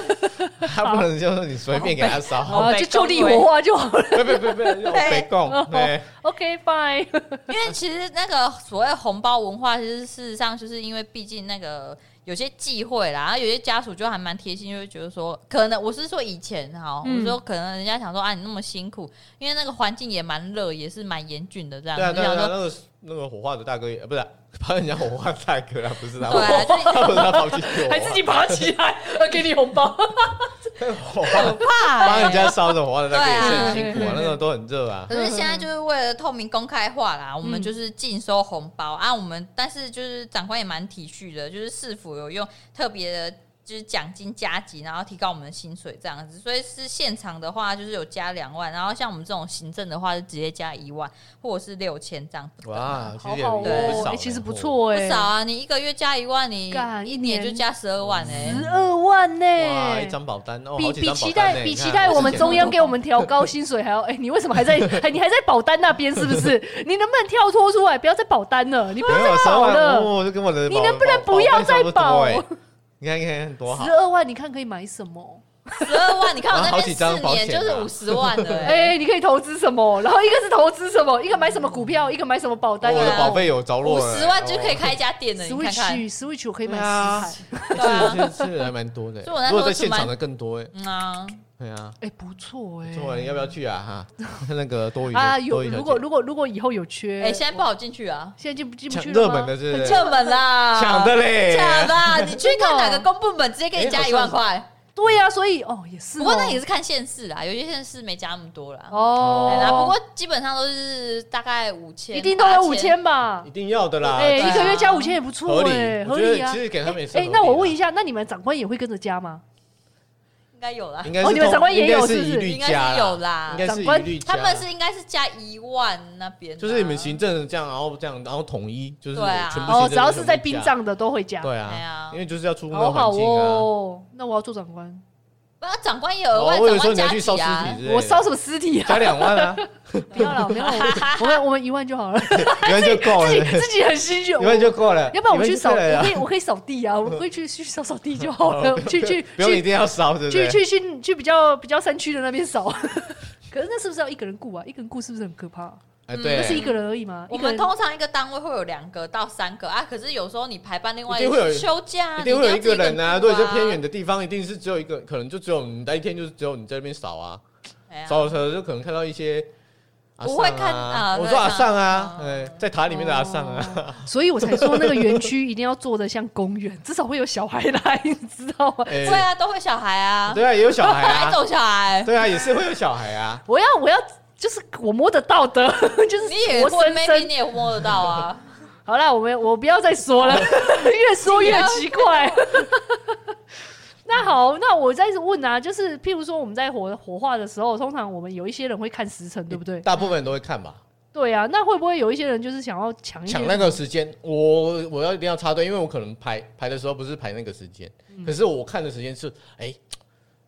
Speaker 1: 他不能就是你随便给他烧，
Speaker 2: 哦，就就地火化就好 了。
Speaker 1: 不不不不，要北
Speaker 2: 哦
Speaker 1: 供，对，
Speaker 2: OK fine，
Speaker 3: 因为其实那个所谓红包文化，其实事实上就是因为毕竟那个有些忌讳啦，然后有些家属就还蛮贴心，就会觉得说，可能我是说以前哈，
Speaker 2: 嗯
Speaker 3: 我说可能人家想说啊，你那么辛苦，因为那个环境也蛮热，也是蛮严峻的这样，
Speaker 1: 对啊
Speaker 3: 就
Speaker 1: 对啊，
Speaker 3: 想
Speaker 1: 对啊
Speaker 3: 说。
Speaker 1: 那个那个火化的大哥也呃不是啊，帮人家火化大哥啦，不是他，
Speaker 3: 对啊，就
Speaker 1: 他不是他跑去火化
Speaker 2: 还自己爬起来，给你红包。
Speaker 1: 那个火化
Speaker 3: 怕、
Speaker 1: 帮
Speaker 3: 欸
Speaker 1: 人。家烧的火化的大哥也是
Speaker 3: 对啊
Speaker 1: 很辛苦啊，那个都很热啊。
Speaker 3: 可是现在就是为了透明公开化啦，我
Speaker 2: 嗯
Speaker 3: 们就是尽收红包啊。我们但是就是长官也蛮体恤的，就是市府有用特别的，就是奖金加急，然后提高我们的薪水这样子。所以是现场的话，就是有加两万，然后像我们这种行政的话，就直接加一万或者是六千这样不等。
Speaker 1: 哇，其
Speaker 2: 好
Speaker 1: 实也也
Speaker 2: 好哦
Speaker 1: 不，少
Speaker 2: 哎
Speaker 1: 呢，
Speaker 2: 其实不
Speaker 1: 哦。
Speaker 2: 错
Speaker 3: 不
Speaker 2: 哎，
Speaker 3: 少啊！你一个月加一万，你
Speaker 2: 干一
Speaker 3: 年
Speaker 2: 年
Speaker 3: 就加十二万哎、
Speaker 2: 十二万呢、
Speaker 1: 哇，一张保单哦，
Speaker 2: 比
Speaker 1: 好几
Speaker 2: 比
Speaker 1: 张保
Speaker 2: 期
Speaker 1: 单
Speaker 2: 待
Speaker 1: 呢
Speaker 2: 比
Speaker 1: 你看
Speaker 2: 期待我们中央给我们调高
Speaker 3: 我
Speaker 2: 薪水还要哎、你为什么还在还你还在保单那边是不 是？你能不能跳脱出来，不要再保单了，你不
Speaker 1: 没
Speaker 2: 要再
Speaker 1: 有十
Speaker 2: 保
Speaker 1: 万
Speaker 2: 了。
Speaker 1: 五，我就跟我的
Speaker 2: 你
Speaker 1: 保
Speaker 2: 能不能
Speaker 1: 保
Speaker 2: 不要
Speaker 1: 保费差
Speaker 2: 再
Speaker 1: 多
Speaker 2: 保
Speaker 1: 欸你看你看多好
Speaker 2: 十。二万，你看可以买什么？
Speaker 3: 十二万，你 看我
Speaker 1: 啊
Speaker 3: 那
Speaker 1: 好
Speaker 3: 边
Speaker 1: 几张
Speaker 3: 四
Speaker 1: 保
Speaker 3: 年
Speaker 1: 险
Speaker 3: 就是
Speaker 1: 啊
Speaker 3: 五十万了、欸，
Speaker 2: 哎、你可以投资什么？然后一个是投资什么，一个买什么股票，一个买什么保单。
Speaker 1: 我
Speaker 3: 对
Speaker 1: 的
Speaker 3: 啊
Speaker 1: 宝贝有
Speaker 2: 哦
Speaker 1: 着落
Speaker 3: 五
Speaker 1: 了，哦
Speaker 3: 十万就可以开一家店了，你看看。
Speaker 2: Switch Switch 我可以买
Speaker 1: 对啊
Speaker 2: 十台，
Speaker 1: 哦，
Speaker 3: 对啊
Speaker 1: 是是是还蛮多的。
Speaker 3: 所以我那时
Speaker 1: 如
Speaker 3: 候
Speaker 1: 果在
Speaker 3: 就
Speaker 1: 现场
Speaker 3: 蛮
Speaker 1: 的更多哎，
Speaker 3: 嗯啊，
Speaker 1: 对啊，
Speaker 2: 哎、不错哎、
Speaker 1: 中文要不要去啊？哈， 那个多余的
Speaker 2: 啊，
Speaker 1: 多
Speaker 2: 有
Speaker 1: 余小
Speaker 2: 如
Speaker 1: 姐
Speaker 2: 果如果如果以后有缺，
Speaker 3: 哎、现在不好进去啊，
Speaker 2: 现在进不进不
Speaker 1: 抢
Speaker 2: 去了
Speaker 1: 热
Speaker 2: 吗
Speaker 1: 门的是不
Speaker 2: 很
Speaker 1: 是
Speaker 2: 热
Speaker 3: 热门啦，
Speaker 1: 抢的嘞，
Speaker 3: 假 的，你去看哪
Speaker 2: 真的
Speaker 3: 个
Speaker 2: 哦
Speaker 3: 公部门，直接给你
Speaker 1: 哎
Speaker 3: 加
Speaker 1: 好
Speaker 3: 一万
Speaker 1: 像
Speaker 3: 块。
Speaker 2: 对呀、所以哦也是哦，
Speaker 3: 不过那也是看县市啦，有些县市没加那么多啦。
Speaker 2: 哦，
Speaker 1: 哎
Speaker 3: 对啦，不过基本上都是大概五千，
Speaker 2: 一定都有五
Speaker 3: 8000。
Speaker 2: 千吧
Speaker 1: 一？定要的啦，
Speaker 2: 哎、
Speaker 3: 对啊
Speaker 2: 一个月加五千也不错
Speaker 1: 合理
Speaker 2: 哎、，
Speaker 1: 我
Speaker 2: 合
Speaker 1: 觉
Speaker 2: 理
Speaker 1: 得
Speaker 2: 啊
Speaker 1: 其。实给他们也是
Speaker 2: 哎、
Speaker 1: 合理的啊
Speaker 2: 那我问一下，那你们长官也会跟着加吗？
Speaker 3: 应该有啦
Speaker 1: 应，该是
Speaker 2: 哦你们
Speaker 1: 同
Speaker 2: 长官也
Speaker 1: 应该
Speaker 2: 有
Speaker 1: 是
Speaker 2: 是不
Speaker 1: 一
Speaker 2: 是
Speaker 1: 律
Speaker 3: 应该
Speaker 1: 加
Speaker 3: 是有啦
Speaker 1: 应该是
Speaker 2: 长
Speaker 1: 一
Speaker 2: 官
Speaker 1: 律加。
Speaker 3: 他们是应该是加一万那边啊，
Speaker 1: 就是你们行政这样，然后这样，然后统一，就是
Speaker 3: 对啊
Speaker 1: 全部行政
Speaker 2: 哦，只要
Speaker 1: 全
Speaker 2: 是
Speaker 1: 部
Speaker 2: 在
Speaker 1: 加
Speaker 2: 殡，葬的都会加，
Speaker 1: 对
Speaker 3: 哎
Speaker 1: 啊
Speaker 3: 呀，
Speaker 1: 因为就是要出那
Speaker 2: 好
Speaker 1: 个
Speaker 2: 好
Speaker 1: 环境啊。
Speaker 2: 哦。那我要做长官，
Speaker 3: 不然长官也
Speaker 1: 哦
Speaker 3: 额外
Speaker 1: 我以
Speaker 3: 长
Speaker 1: 为说
Speaker 3: 官
Speaker 1: 你要
Speaker 3: 加
Speaker 1: 去烧
Speaker 3: 几
Speaker 1: 尸
Speaker 3: 啊
Speaker 1: 体之？类的，
Speaker 2: 我烧什么尸体 啊？
Speaker 1: 加两万啊，
Speaker 2: 不要 了，不要了，我们我们一万就好了，
Speaker 1: 一万就够了，
Speaker 2: 自己
Speaker 1: 哦一
Speaker 2: 自己很心虚。
Speaker 1: 万就够了。
Speaker 2: 要不然我去扫，
Speaker 1: 一万就够
Speaker 2: 我
Speaker 1: 了嗯
Speaker 2: 可
Speaker 1: 哦
Speaker 2: 以我可以扫地啊，我可以去去扫扫地就好了，去 去
Speaker 1: 不用一
Speaker 2: 去
Speaker 1: 定要烧，对不
Speaker 2: 去
Speaker 1: 对？
Speaker 2: 去去去比较比较山区的那边扫。 可是那是不是要一个人顾啊？一个人顾是不是很可怕？
Speaker 1: 哎，
Speaker 2: 不
Speaker 1: 对，
Speaker 2: 是一个人而已吗？
Speaker 3: 我
Speaker 2: 一个
Speaker 3: 们
Speaker 2: 人
Speaker 3: 通常一个单位会有两个到三个啊，可是有时候你排班，另外
Speaker 1: 一定会有
Speaker 3: 休假，
Speaker 1: 一定会有一个人啊。
Speaker 3: 啊。
Speaker 1: 如果在偏远的地方，一定是只有一个，可能就只有你那一天，就是只有你在那边扫啊，
Speaker 3: 哎呀，
Speaker 1: 扫的时候就可能看到一些阿
Speaker 3: 我会
Speaker 1: 上
Speaker 3: 看啊
Speaker 1: 我
Speaker 3: 对
Speaker 1: 说阿尚啊，
Speaker 3: 上
Speaker 1: 哎，在塔里面的阿尚啊，
Speaker 2: 哦，所以我才说那个园区一定要做的像公园，至少会有小孩来， 你知道吗？
Speaker 1: 哎
Speaker 3: 对啊，都会小孩啊，
Speaker 1: 对啊，也有小孩
Speaker 3: 哪
Speaker 1: 啊
Speaker 3: 一，种小孩？
Speaker 1: 对啊，也是会有小孩啊。
Speaker 2: 我要我要就是我摸得到的， 就是
Speaker 3: 你也
Speaker 2: 活
Speaker 3: 会
Speaker 2: 生
Speaker 3: ，maybe
Speaker 2: 生
Speaker 3: 你。也摸得到啊。
Speaker 2: 好啦，我们我不要再说 了，越说越奇怪。 那好，那我再问啊，就是譬如说我们在火火化的时候，通常我们有一些人会看时 辰，对不对？
Speaker 1: 大部分人都会看吧，
Speaker 2: 对啊，那会不会有一些人就是想要抢一些
Speaker 1: 抢那个时间，我我要一定要插队，因为我可能排排的时候不是排那个时间，
Speaker 2: 嗯
Speaker 1: 可是我看的时间是，哎、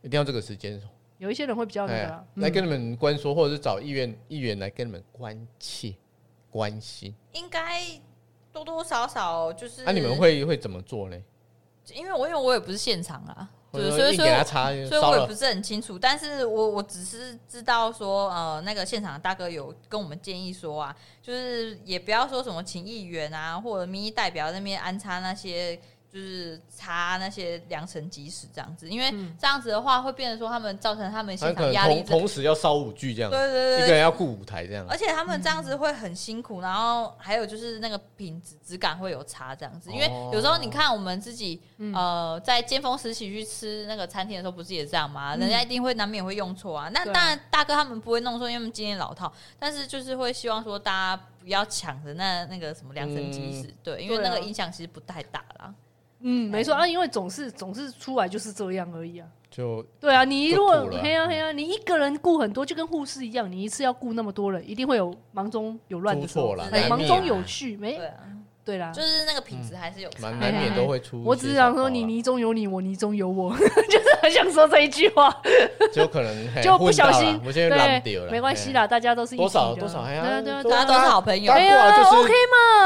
Speaker 1: 一定要这个时间，
Speaker 2: 有一些人会比较那个
Speaker 1: 哎
Speaker 2: 啊、，
Speaker 1: 来
Speaker 2: 嗯
Speaker 1: 跟你们关说，或者是找议员议员来跟你们关切关心，
Speaker 3: 应该多多少少就是。
Speaker 1: 啊那、你们？会会怎么做呢？
Speaker 3: 因为我因为我也不是现场啊，
Speaker 1: 或
Speaker 3: 就
Speaker 1: 者
Speaker 3: 是
Speaker 1: 说
Speaker 3: 所以
Speaker 1: 硬
Speaker 3: 所以
Speaker 1: 给他
Speaker 3: 我。
Speaker 1: 插
Speaker 3: 所以
Speaker 1: 烧
Speaker 3: 我也不
Speaker 1: 了，
Speaker 3: 是很清楚，但是我我只是知道说，呃，那个现场的大哥有跟我们建议说啊，就是也不要说什么请议员啊或者民意代表那边安插那些，就是插那些良辰吉时这样子，因为
Speaker 2: 嗯
Speaker 3: 这样子的话会变成说他们造成他们
Speaker 1: 他
Speaker 3: 现
Speaker 1: 可
Speaker 3: 场
Speaker 1: 能
Speaker 3: 压力
Speaker 1: 同
Speaker 3: 真的，
Speaker 1: 同时要烧五句这样，
Speaker 3: 对
Speaker 1: 一
Speaker 3: 对
Speaker 1: 个
Speaker 3: 对。
Speaker 1: 人要顾舞台这样，
Speaker 3: 而且他们这样子会很辛苦，然后还有就是那个品质质感会有差这样子，因为
Speaker 1: 哦
Speaker 3: 有时候你看我们自己
Speaker 2: 嗯
Speaker 3: 呃，在尖峰时期去吃那个餐厅的时候，不是也这样吗？
Speaker 2: 嗯
Speaker 3: 人家一定会难免会用错啊。那
Speaker 2: 对啊
Speaker 3: 当然，大哥他们不会弄错，因为他们经验老套。但是就是会希望说，大家不要抢着那那个什么良
Speaker 1: 嗯
Speaker 3: 辰吉时，对，因为
Speaker 2: 对
Speaker 3: 那
Speaker 2: 啊
Speaker 3: 个影响其实不太大啦。
Speaker 2: 嗯，没错
Speaker 1: 哎
Speaker 2: 啊，因为总是总是出来就是这样而已啊。
Speaker 1: 就
Speaker 2: 对啊，你如果
Speaker 1: 就吐了嗯
Speaker 2: 黑呀黑呀，你一个人雇很多，就跟护士一样，你一次要雇那么多人，一定会有忙中有乱的时
Speaker 1: 出
Speaker 2: 候
Speaker 1: 错了，
Speaker 3: 哎
Speaker 2: 哎
Speaker 1: 难
Speaker 2: 忙
Speaker 1: 免
Speaker 2: 中
Speaker 1: 啊
Speaker 2: 有序，没
Speaker 3: 对啊，
Speaker 2: 对啦
Speaker 3: 就。是那个品质还是有
Speaker 1: 嗯
Speaker 3: 差。
Speaker 1: 蛮难免都会出一些小包啊，
Speaker 2: 哎我只是想说，你泥中有你，我泥中有我， 就是很想说这一句 话，
Speaker 1: 就可 能嘿
Speaker 2: 就不小
Speaker 1: 混到
Speaker 2: 心
Speaker 1: 了，我现在烂掉
Speaker 2: 对，啊
Speaker 1: 了，
Speaker 2: 没关系
Speaker 1: 嘿
Speaker 2: 啦，大家都是一
Speaker 1: 多少
Speaker 2: 体的
Speaker 1: 多少哎还要
Speaker 2: 对啊对啊
Speaker 1: 多
Speaker 2: 对
Speaker 3: 大
Speaker 2: 啊
Speaker 3: 家都是好朋友
Speaker 1: 大，
Speaker 2: 哎
Speaker 1: 家挂了
Speaker 2: 呀
Speaker 1: 就是
Speaker 2: ，OK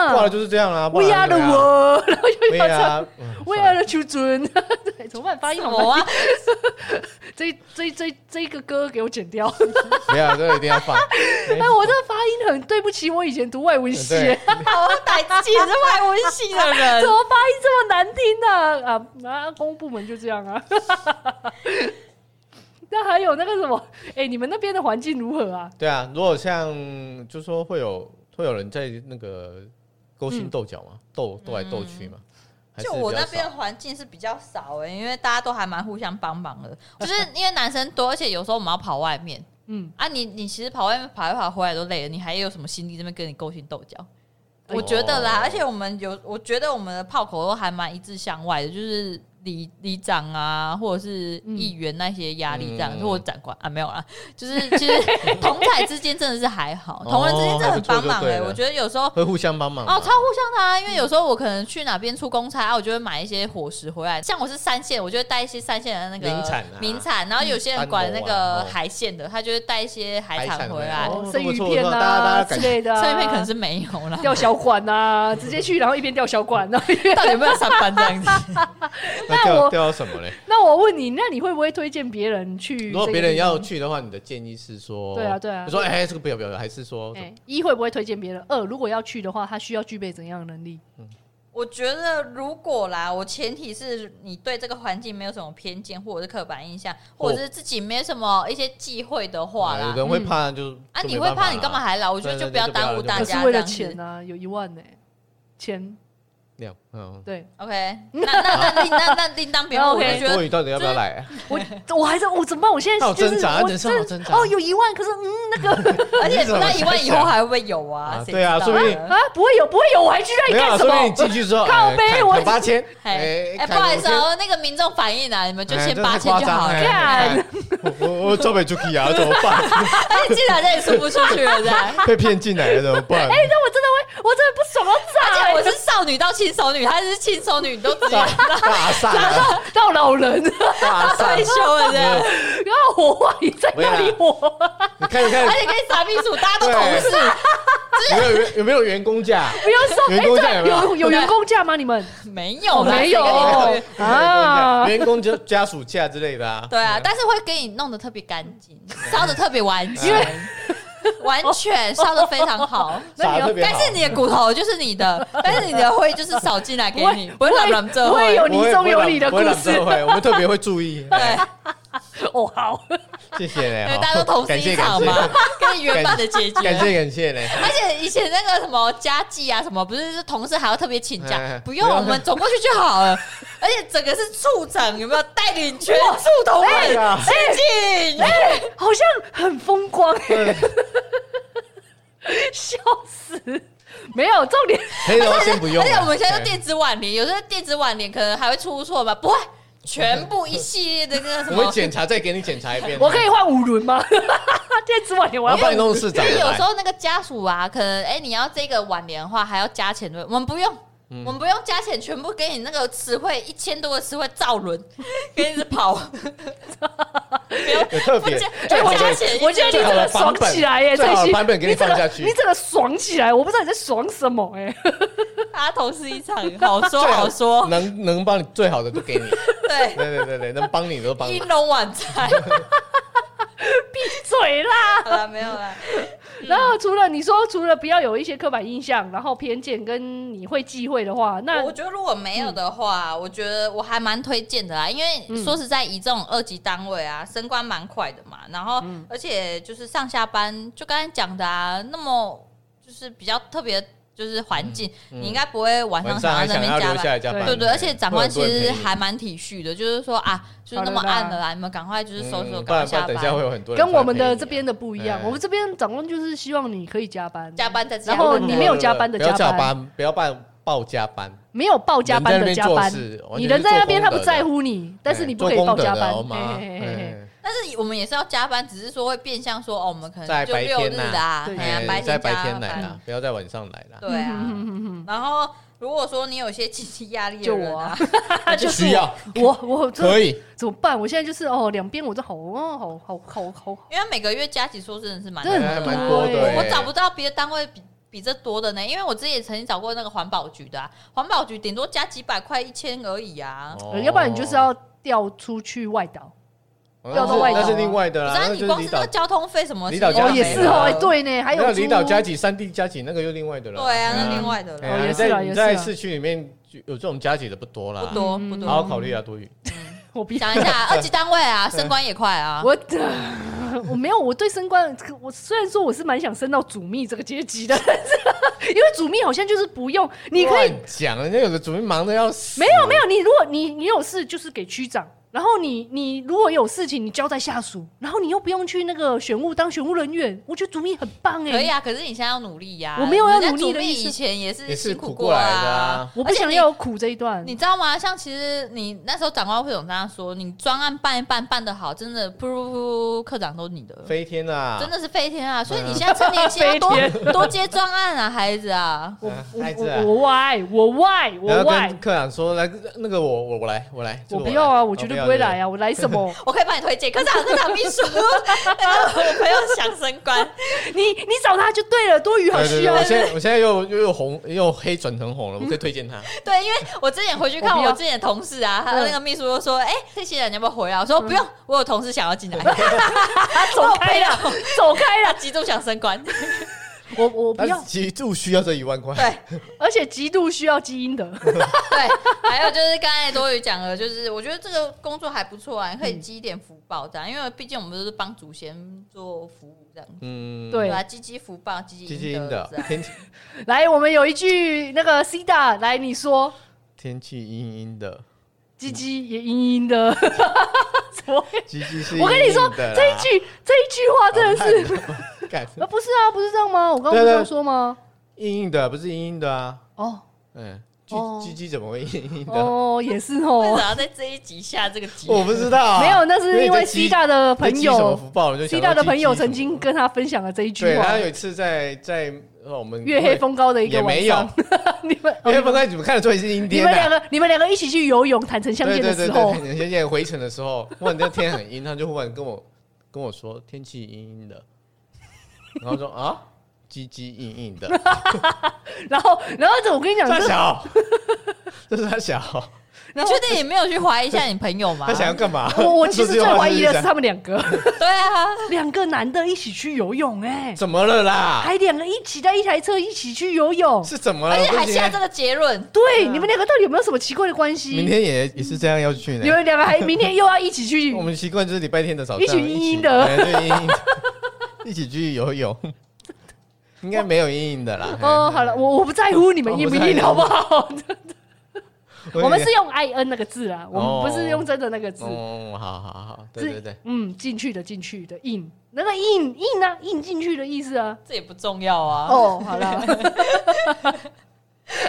Speaker 1: 挂了
Speaker 2: 嘛
Speaker 1: 就是这样啦、啊不
Speaker 2: ，We
Speaker 1: 然
Speaker 2: are
Speaker 1: 怎
Speaker 2: the
Speaker 1: 么样
Speaker 2: world，然后又
Speaker 1: 对
Speaker 2: 要唱
Speaker 1: 啊，嗯
Speaker 2: We
Speaker 1: 算
Speaker 2: are
Speaker 1: 了
Speaker 2: the children，对，怎么办？发音
Speaker 3: 什
Speaker 2: 好
Speaker 1: 哦
Speaker 3: 么
Speaker 2: 难
Speaker 3: 啊？
Speaker 2: 听，这这这这一个歌给我剪掉，
Speaker 1: 没有，啊这个一定要放。
Speaker 2: 哎，我这发音很对不起，我以前读外文系，
Speaker 1: 对，
Speaker 3: 好歹自己也是外文系的人
Speaker 2: 怎，么发音这么难听呢、啊？啊，公务部门就这样啊。 那还有那个什么，哎、你们那边的环境如何啊？
Speaker 1: 对啊，如果像就说会有会有人在那个勾心斗角嘛，斗斗来斗去嘛，还是
Speaker 3: 就我
Speaker 1: 比较
Speaker 3: 那边
Speaker 1: 少
Speaker 3: 环境是比较少哎、因为大家都还蛮互相帮忙 的，就是因为男生多，而且有时候我们要跑外面
Speaker 2: 嗯，
Speaker 3: 啊你，你其实跑外面跑一跑回来都累了，你还有什么心力这边跟你勾心斗角？
Speaker 2: 哎
Speaker 3: 我觉得啦，
Speaker 1: 哦
Speaker 3: 而且我们有，我觉得我们的炮口都还蛮一致向外的，就是里里长啊，或者是议员那些压力这样，
Speaker 1: 嗯
Speaker 3: 或者长官啊，没有啦，就是 其实同台之间真的是还好，
Speaker 1: 哦
Speaker 3: 同人之间真的
Speaker 1: 还
Speaker 3: 很
Speaker 1: 不错
Speaker 3: 帮忙
Speaker 1: 就对
Speaker 3: 哎、
Speaker 1: 了
Speaker 3: 我觉得有时候
Speaker 1: 会互相帮忙嘛
Speaker 3: 哦，超互相的啊！因为有时候我可能去哪边出公差啊，我就会买一些伙食回来。像我是三线，我就会带一些三线的那个
Speaker 1: 名产啊
Speaker 3: 名产然后有些人管那
Speaker 1: 斑
Speaker 3: 个
Speaker 1: 驳啊哦
Speaker 3: 海鲜的，他就会带一些海产回来。
Speaker 1: 哦
Speaker 2: 生鱼片
Speaker 1: 不错不错大家大
Speaker 2: 啊
Speaker 1: 家感
Speaker 2: 之类的、啊，
Speaker 3: 上一片可能是没有 啦，
Speaker 2: 掉小管啊，直接去，然后一边掉小管，然后一边
Speaker 3: 到底有没有上班这样子？
Speaker 1: 那
Speaker 2: 我
Speaker 1: 掉掉到什么嘞？
Speaker 2: 那我问你，那你会不会推荐别人去？
Speaker 1: 如果别人
Speaker 2: 哎
Speaker 1: 要，去的话，你的建议是说，
Speaker 2: 对啊对啊
Speaker 1: 你说哎，这个不要不要，还是说
Speaker 2: 哎、一会不会推荐别人？二如果要去的话，他需要具备怎样的能力？
Speaker 3: 我觉得如果啦，我前提是你对这个环境没有什么偏见，或者是刻板印象，或者是自己没什么一些忌讳的话
Speaker 1: 有
Speaker 3: 啦。
Speaker 1: 人会怕就
Speaker 3: 啊，
Speaker 1: 就
Speaker 3: 你
Speaker 1: 没
Speaker 3: 会
Speaker 1: 办
Speaker 3: 怕
Speaker 1: 法
Speaker 3: 你干嘛
Speaker 1: 啦
Speaker 3: 还来？我觉得
Speaker 1: 对
Speaker 3: 就
Speaker 1: 对
Speaker 3: 不要
Speaker 1: 对就不要
Speaker 3: 耽误
Speaker 1: 了就
Speaker 3: 大
Speaker 2: 可
Speaker 1: 不
Speaker 2: 是
Speaker 3: 家
Speaker 2: 为了
Speaker 3: 这样
Speaker 2: 钱
Speaker 3: 子。
Speaker 2: 呢、有一万呢、钱
Speaker 1: 亮？嗯，
Speaker 2: 对
Speaker 3: OK，那那那那那那叮当别问，我就
Speaker 2: OK
Speaker 3: 觉
Speaker 1: 郭
Speaker 3: 得
Speaker 1: 宇到底要不要来 啊？
Speaker 2: 我我还在我怎么办？我现
Speaker 1: 他
Speaker 2: 在
Speaker 1: 有
Speaker 2: 就是
Speaker 1: 挣扎，
Speaker 2: 我
Speaker 1: 人生好挣扎。
Speaker 2: 哦，有一万，可是嗯
Speaker 3: 而且
Speaker 1: 你怎么
Speaker 3: 那一万以后还会不会有
Speaker 1: 啊
Speaker 3: 啊？谁
Speaker 1: 对啊
Speaker 3: 知道
Speaker 1: 说不定
Speaker 3: 呢
Speaker 2: 啊不会有不会有，我还去那
Speaker 1: 没
Speaker 2: 里
Speaker 1: 有啊，
Speaker 2: 干什
Speaker 1: 说
Speaker 2: 么？
Speaker 1: 明你进去 之后，
Speaker 2: 靠
Speaker 1: 哎
Speaker 2: 背
Speaker 1: 砍
Speaker 2: 我
Speaker 1: 砍八千，
Speaker 3: 嘿，哎，不
Speaker 1: 砍
Speaker 3: 好意思
Speaker 1: 5000
Speaker 3: 哦，那个民众反映啊，你们就
Speaker 1: 哎
Speaker 3: 先
Speaker 1: 这
Speaker 3: 八
Speaker 1: 太
Speaker 3: 千
Speaker 1: 夸
Speaker 3: 就
Speaker 1: 张
Speaker 3: 好了。
Speaker 1: 哎
Speaker 2: 干
Speaker 1: 哎我我我做不出去啊，怎么办？
Speaker 3: 哎，进来这里出不出去了，这样。
Speaker 1: 被骗进来了怎么办？
Speaker 3: 哎
Speaker 2: 那我真的会，我真的不爽到炸、
Speaker 3: 而且
Speaker 2: 欸！
Speaker 3: 我是少女到轻熟女，她是轻熟女，你都直接
Speaker 1: 大 大善啊，
Speaker 2: 到欸老人，
Speaker 1: 大善
Speaker 3: 退！休了，这样。
Speaker 2: 然后火化也在那里火，
Speaker 1: 你看一看
Speaker 3: 而，且跟傻逼鼠大家都同事，
Speaker 1: 有没有员有没有员工价？
Speaker 2: 不要送。
Speaker 1: 员
Speaker 2: 哎、
Speaker 1: 工价有没
Speaker 2: 对，
Speaker 1: 有
Speaker 2: 有有员工价吗？你们
Speaker 3: 没有啊啦
Speaker 2: 哦没 有
Speaker 3: 谁跟你
Speaker 2: 啊？
Speaker 1: 员工价、家属价之类的啊。
Speaker 3: 对啊，但是会给你弄得特别干净，烧的特别完
Speaker 1: 因
Speaker 3: 全，完全烧的非常好。
Speaker 2: 那
Speaker 1: 啥
Speaker 2: 你要
Speaker 1: 特别好
Speaker 3: 但是你的骨头就是你的，但是你的灰就是扫进来给你，不
Speaker 2: 不
Speaker 3: 会
Speaker 2: 会
Speaker 3: 软软这
Speaker 2: 不会
Speaker 3: 会
Speaker 2: 有
Speaker 1: 不会
Speaker 2: 你中有你的
Speaker 1: 不会
Speaker 2: 故
Speaker 1: 啦不
Speaker 2: 事
Speaker 1: 会啦不会我们特别会注 意。哎
Speaker 3: 对，
Speaker 2: 哦，好，
Speaker 1: 谢谢嘞，
Speaker 3: 因
Speaker 1: 好
Speaker 3: 为大家都同事
Speaker 1: 感
Speaker 3: 一
Speaker 1: 谢
Speaker 3: 场
Speaker 1: 感
Speaker 3: 嘛
Speaker 1: 谢，
Speaker 3: 跟你圆满的结局。
Speaker 1: 感谢感谢嘞。
Speaker 3: 而且以前那个什么家计啊，什么不是是同事还要特别请假
Speaker 1: 哎，
Speaker 3: 不用
Speaker 1: 不用
Speaker 3: 我们走过去就好了。 而且整个是处长有没有带领 全处同仁
Speaker 1: 对啊
Speaker 3: 前进？
Speaker 1: 哎
Speaker 2: 好像很风光、欸，笑死！没有重点，
Speaker 1: 黑的先不用啊哎啦。
Speaker 3: 而且我们现在用
Speaker 1: 对
Speaker 3: 电子挽联，有时候电子挽联可能还会出错吧？不会，全部一系列的那个 什
Speaker 1: 我们
Speaker 3: 么。
Speaker 1: 检查再给你检查一遍。
Speaker 2: 我可以换五轮吗？ 电子挽联我
Speaker 1: 我
Speaker 2: 要
Speaker 1: 要
Speaker 2: 换
Speaker 1: 办
Speaker 2: 五轮，
Speaker 1: 公室
Speaker 3: 因
Speaker 1: 长
Speaker 3: 为有
Speaker 1: 来
Speaker 3: 时。候那个家属啊，可能哎、你要这个挽联的话，还要加钱对不对？我们不用，我们不用加钱，全部给你那个词汇一千多个词汇造轮， 给你是跑，
Speaker 1: 有特
Speaker 3: 不
Speaker 1: 别
Speaker 3: 加，，
Speaker 2: 哎、
Speaker 3: 不
Speaker 2: 我觉
Speaker 3: 加
Speaker 2: 得
Speaker 3: 钱，
Speaker 2: 我觉得你
Speaker 1: 最
Speaker 2: 这
Speaker 1: 好
Speaker 2: 个
Speaker 1: 的版
Speaker 2: 爽
Speaker 1: 本
Speaker 2: 起来耶，
Speaker 1: 最
Speaker 2: 蔡
Speaker 1: 好的
Speaker 2: 西，
Speaker 1: 版本给你
Speaker 2: 你这
Speaker 1: 放下
Speaker 2: 个
Speaker 1: 去
Speaker 2: 你这个爽起来，我不知道你在爽什么哎、
Speaker 3: 大家同事一场，好 说
Speaker 1: 最
Speaker 3: 好说，
Speaker 1: 能能帮你最好的都给你。
Speaker 3: 啊对，
Speaker 1: 对对对对，能帮你都帮
Speaker 3: 一
Speaker 1: 你。
Speaker 3: 龙晚餐，
Speaker 2: 嘴啦！
Speaker 3: 好了没有了，
Speaker 1: 嗯
Speaker 2: 然后除了你说，除了不要有一些刻板印象，然后偏见跟你会忌讳的话，那
Speaker 3: 我觉得如果没有的话，我觉得我还蛮推荐的啦，啊因为说实在，以这种二级单位啊，升官蛮快的嘛，然后而且就是上下班，就刚才讲的啊，那么就是比较特别，就是环境，
Speaker 1: 嗯
Speaker 3: 你应该不会晚上
Speaker 1: 晚上还
Speaker 3: 想要在
Speaker 1: 想
Speaker 3: 那
Speaker 1: 要
Speaker 3: 边加
Speaker 1: 留下
Speaker 3: 班。
Speaker 1: 来加班，
Speaker 3: 对对，而且长官其实还
Speaker 1: 嗯
Speaker 3: 蛮体恤的，就是说啊，就是那么暗了啦，你们赶快就是收收，
Speaker 1: 嗯不然
Speaker 3: 赶快
Speaker 1: 不
Speaker 3: 下
Speaker 1: 然等一下会
Speaker 3: 班，
Speaker 1: 有很多人
Speaker 2: 跟我们
Speaker 1: 过来
Speaker 2: 的
Speaker 1: 陪你
Speaker 2: 这边的不一样。
Speaker 1: 哎
Speaker 2: 我们这边长官就是希望你可以加班，
Speaker 3: 加班再加
Speaker 2: 然后
Speaker 3: 班
Speaker 2: 你没有加班的
Speaker 1: 不要
Speaker 2: 加
Speaker 1: 加
Speaker 2: 班
Speaker 1: 班，不要办报加班，
Speaker 2: 没有报加班的加
Speaker 1: 人在那边
Speaker 2: 班
Speaker 1: 做事，完全是
Speaker 2: 你人在那边
Speaker 1: 做
Speaker 2: 他
Speaker 1: 功德
Speaker 2: 不
Speaker 1: 的哎
Speaker 2: 在乎你，但是你不可以
Speaker 1: 做
Speaker 2: 报
Speaker 1: 功德
Speaker 2: 加
Speaker 1: 的
Speaker 2: 班
Speaker 1: 哦。妈
Speaker 2: 嘿嘿嘿嘿
Speaker 1: 哎
Speaker 3: 但是我们也是要加班，只是说会变相说哦，我们可能
Speaker 1: 在
Speaker 3: 就
Speaker 1: 白
Speaker 3: 六
Speaker 1: 天
Speaker 3: 日
Speaker 1: 呐
Speaker 3: 啊，
Speaker 2: 对
Speaker 3: 哎呀
Speaker 1: 哎
Speaker 3: 白
Speaker 1: 在
Speaker 3: 天
Speaker 1: 白
Speaker 3: 加
Speaker 1: 天来
Speaker 3: 班，
Speaker 1: 啦，不要在晚上来啦。
Speaker 3: 对啊。
Speaker 2: 嗯哼哼
Speaker 3: 然后如果说你有一些经济压力的人啊，
Speaker 2: 哼就是
Speaker 1: 需要
Speaker 2: 我我我
Speaker 1: 可
Speaker 2: 这
Speaker 1: 以，
Speaker 2: 怎么办？我现在就是哦，两边我都好哦，好好好好好，
Speaker 3: 因为每个月加起说真的是蛮
Speaker 2: 真的
Speaker 1: 还
Speaker 2: 很
Speaker 1: 蛮
Speaker 2: 多
Speaker 1: 多
Speaker 2: 欸
Speaker 1: 的欸。
Speaker 3: 我找不到别的单位比比这多的呢，因为我之前也曾经找过那个环保局的、啊，环保局顶多加几百块一千而已啊。
Speaker 1: 哦，
Speaker 2: 呃要不然你就是要调出去外岛。
Speaker 1: 哦
Speaker 2: 要到外岛啊
Speaker 1: 那是另外的
Speaker 3: 不
Speaker 1: 啦
Speaker 3: 是、，啊、
Speaker 1: 那
Speaker 3: 你
Speaker 1: 就
Speaker 3: 光
Speaker 1: 是离
Speaker 3: 是那
Speaker 1: 岛
Speaker 3: 个。交通费什么，
Speaker 1: 离岛加
Speaker 2: 哦，
Speaker 1: 起
Speaker 2: 也
Speaker 1: 来
Speaker 2: 是哦，
Speaker 1: 没
Speaker 2: 哎
Speaker 1: 了
Speaker 2: 对呢，还
Speaker 1: 啊没
Speaker 2: 有
Speaker 1: 离岛
Speaker 2: 猪
Speaker 1: 加几、山地加几，那个又另外的了。
Speaker 3: 对啊，那
Speaker 1: 嗯
Speaker 3: 另外的
Speaker 1: 哎
Speaker 3: 了，
Speaker 2: 哦也
Speaker 1: 你
Speaker 2: 是啦
Speaker 1: 在
Speaker 2: 也
Speaker 1: 你
Speaker 2: 是啦
Speaker 1: 在市区里面就有这种加级的不多啦，
Speaker 3: 不多
Speaker 2: 嗯
Speaker 3: 不多。
Speaker 1: 好好考虑啊，多余。
Speaker 2: 我比
Speaker 3: 想一 下，二级单位啊，升官也快啊。
Speaker 2: 我我没有，我对升官，我虽然说我是蛮想升到主秘这个阶级的，但是因为主秘好像就是不用，你可以
Speaker 1: 乱讲，人家有的主任忙的要死。
Speaker 2: 没有没有，你如果你你有事就是给区长，然后你你如果有事情你交代下属，然后你又不用去那个选务当选务人员，我觉得主秘很棒哎、
Speaker 3: 可以啊，可是你现在要努力呀、
Speaker 2: 我没有要
Speaker 3: 人家
Speaker 2: 努力的
Speaker 3: 主力
Speaker 2: 意思
Speaker 3: 以前也
Speaker 1: 也
Speaker 3: 是
Speaker 1: 是
Speaker 3: 辛
Speaker 1: 苦
Speaker 3: 过
Speaker 1: 过来的
Speaker 3: 啊
Speaker 1: 啊。
Speaker 2: 我不
Speaker 3: 而且
Speaker 2: 想
Speaker 3: 你
Speaker 2: 要有苦这一段，
Speaker 3: 你知道吗？像其实你那时候长官会总这样说，你专案办一办办得好，真的噗噗噗，科长都是你的，
Speaker 1: 飞天啊，
Speaker 3: 真的是飞天啊！所以你现在趁年 轻要多
Speaker 2: 飞
Speaker 3: 多接专案啊，孩子啊，
Speaker 2: 我
Speaker 1: 啊
Speaker 2: 我
Speaker 1: 孩子啊
Speaker 2: 我我 why 我 why 我
Speaker 1: 然后
Speaker 2: why
Speaker 1: 跟科长说来，那个我我我来我来，这
Speaker 2: 我
Speaker 1: 个
Speaker 2: 不
Speaker 1: 来
Speaker 2: 要啊，
Speaker 1: 哦
Speaker 2: 我绝对不会来啊，我来 什么？
Speaker 3: 我可以帮你推荐，可是好像他秘书，哎我朋友想升官，
Speaker 2: 你你找他就对了，多余好
Speaker 1: 对对
Speaker 2: 虚
Speaker 1: 对，
Speaker 2: 哦
Speaker 1: 我。现在我现在又又又红又黑转成红了，
Speaker 2: 嗯
Speaker 1: 我可以推荐他。
Speaker 3: 对，因为我之前回去看
Speaker 2: 我不
Speaker 3: 我
Speaker 2: 要
Speaker 3: 之前的同事啊，他的那个秘书就说：“哎、这些人你要不要回来？”我说：“不用，我有同事想要进来，
Speaker 2: 他走开了，走开
Speaker 3: 他
Speaker 2: 了，
Speaker 3: 极度想升官。
Speaker 2: 我我不
Speaker 1: 但
Speaker 2: 要
Speaker 1: 是，极度需要这一万块，
Speaker 3: 对
Speaker 2: 而且极度需要基因的。”
Speaker 3: 对，还有就是刚才多余讲了，就是我觉得这个工作还不错啊，你可以积一点福报这样，因为毕竟我们都是帮祖先做服务这样。
Speaker 1: 嗯，
Speaker 2: 对
Speaker 3: 吧？积积福报，积积
Speaker 1: 基
Speaker 3: 阴
Speaker 1: 金
Speaker 3: 德
Speaker 1: 的
Speaker 3: 这样。
Speaker 1: 天气
Speaker 2: 来，我们有一句那个 C 大，来你说，
Speaker 1: 天气阴阴的，
Speaker 2: 鸡鸡也阴阴的， 怎么会？
Speaker 1: 鸡鸡是
Speaker 2: 我跟你说，
Speaker 1: 阴阴的啦哦
Speaker 2: 这一句这一句话真的是，
Speaker 1: 是干
Speaker 2: 呃，不是啊，不是这样吗？我刚刚不是这样说吗？
Speaker 1: 硬硬的，不是阴阴的啊，
Speaker 2: 哦
Speaker 1: 嗯，鸡
Speaker 2: 哦
Speaker 1: 鸡鸡怎么会硬硬的？
Speaker 2: 哦，也是
Speaker 3: 为
Speaker 2: 哦
Speaker 3: 什么，要在这一集下这个集？
Speaker 1: 我不知道啊，
Speaker 2: 没有，那
Speaker 1: 因
Speaker 2: 是
Speaker 1: 为
Speaker 2: 因
Speaker 1: 你在
Speaker 2: 为
Speaker 1: 积
Speaker 2: C 大的朋
Speaker 1: 你在积什么
Speaker 2: 友
Speaker 1: 福报，我就想
Speaker 2: ，C
Speaker 1: 到
Speaker 2: 大的
Speaker 1: 积
Speaker 2: 朋友
Speaker 1: 积什么
Speaker 2: 曾经跟他分享了这一句
Speaker 1: 对，
Speaker 2: 话
Speaker 1: 他，有一次在在呃我们
Speaker 2: 月黑风高的一
Speaker 1: 也
Speaker 2: 个晚
Speaker 1: 没有
Speaker 2: 上， 你们 哦
Speaker 1: 月黑风高，你们看得出来是阴
Speaker 2: 你
Speaker 1: 天
Speaker 2: 们
Speaker 1: 的
Speaker 2: 两。个你们两个一起去游泳，坦诚相
Speaker 1: 对
Speaker 2: 见的
Speaker 1: 对
Speaker 2: 时
Speaker 1: 对
Speaker 2: 候
Speaker 1: 对，，你先见回程的时候，忽然那天很阴，他就忽然跟我跟我说天气阴阴的，然后说啊，鸡鸡硬硬 的，
Speaker 2: 然后然后这我跟你讲，
Speaker 1: 大
Speaker 2: 这
Speaker 1: 小，这是他小，
Speaker 3: 你确定你没有去怀疑一下你朋友吗
Speaker 1: 他？想要干嘛？
Speaker 2: 我我
Speaker 1: 他
Speaker 2: 其
Speaker 1: 说
Speaker 2: 实
Speaker 1: 这句
Speaker 2: 最
Speaker 1: 话
Speaker 2: 怀疑的是
Speaker 1: 想
Speaker 2: 他们两个，
Speaker 3: 对啊，
Speaker 2: 两个男的一起去游泳、 哎，
Speaker 1: 怎么了啦？
Speaker 2: 还两个一起在一台车一起去游泳，
Speaker 1: 是怎么了？
Speaker 3: 而且
Speaker 1: 我
Speaker 3: 还
Speaker 1: 不行啊
Speaker 3: 下这个结论，
Speaker 2: 对，你们两个到底有没有什么奇怪的关
Speaker 1: 嗯明
Speaker 2: 系？
Speaker 1: 天也也是这样要去
Speaker 2: 你
Speaker 1: 呢。
Speaker 2: 们两个还明天又要一起去
Speaker 1: 我，们习惯就是礼拜天的早上
Speaker 2: 一起阴阴的
Speaker 1: 一起对阴阴的， 一起去游泳，应该没有阴阴的啦。
Speaker 2: 哦，好了，我我不在乎你们硬不硬，好 不好？
Speaker 1: 我
Speaker 2: 我们是用 I N 那个字啊，我
Speaker 1: 哦
Speaker 2: 们不是用真的那个字。
Speaker 1: 哦，好好好，对
Speaker 2: 是
Speaker 1: 对对，
Speaker 2: 嗯，进去的进去的硬，那个硬硬啊，硬进去的意思啊。
Speaker 3: 这也不重要啊。
Speaker 2: 哦，好了。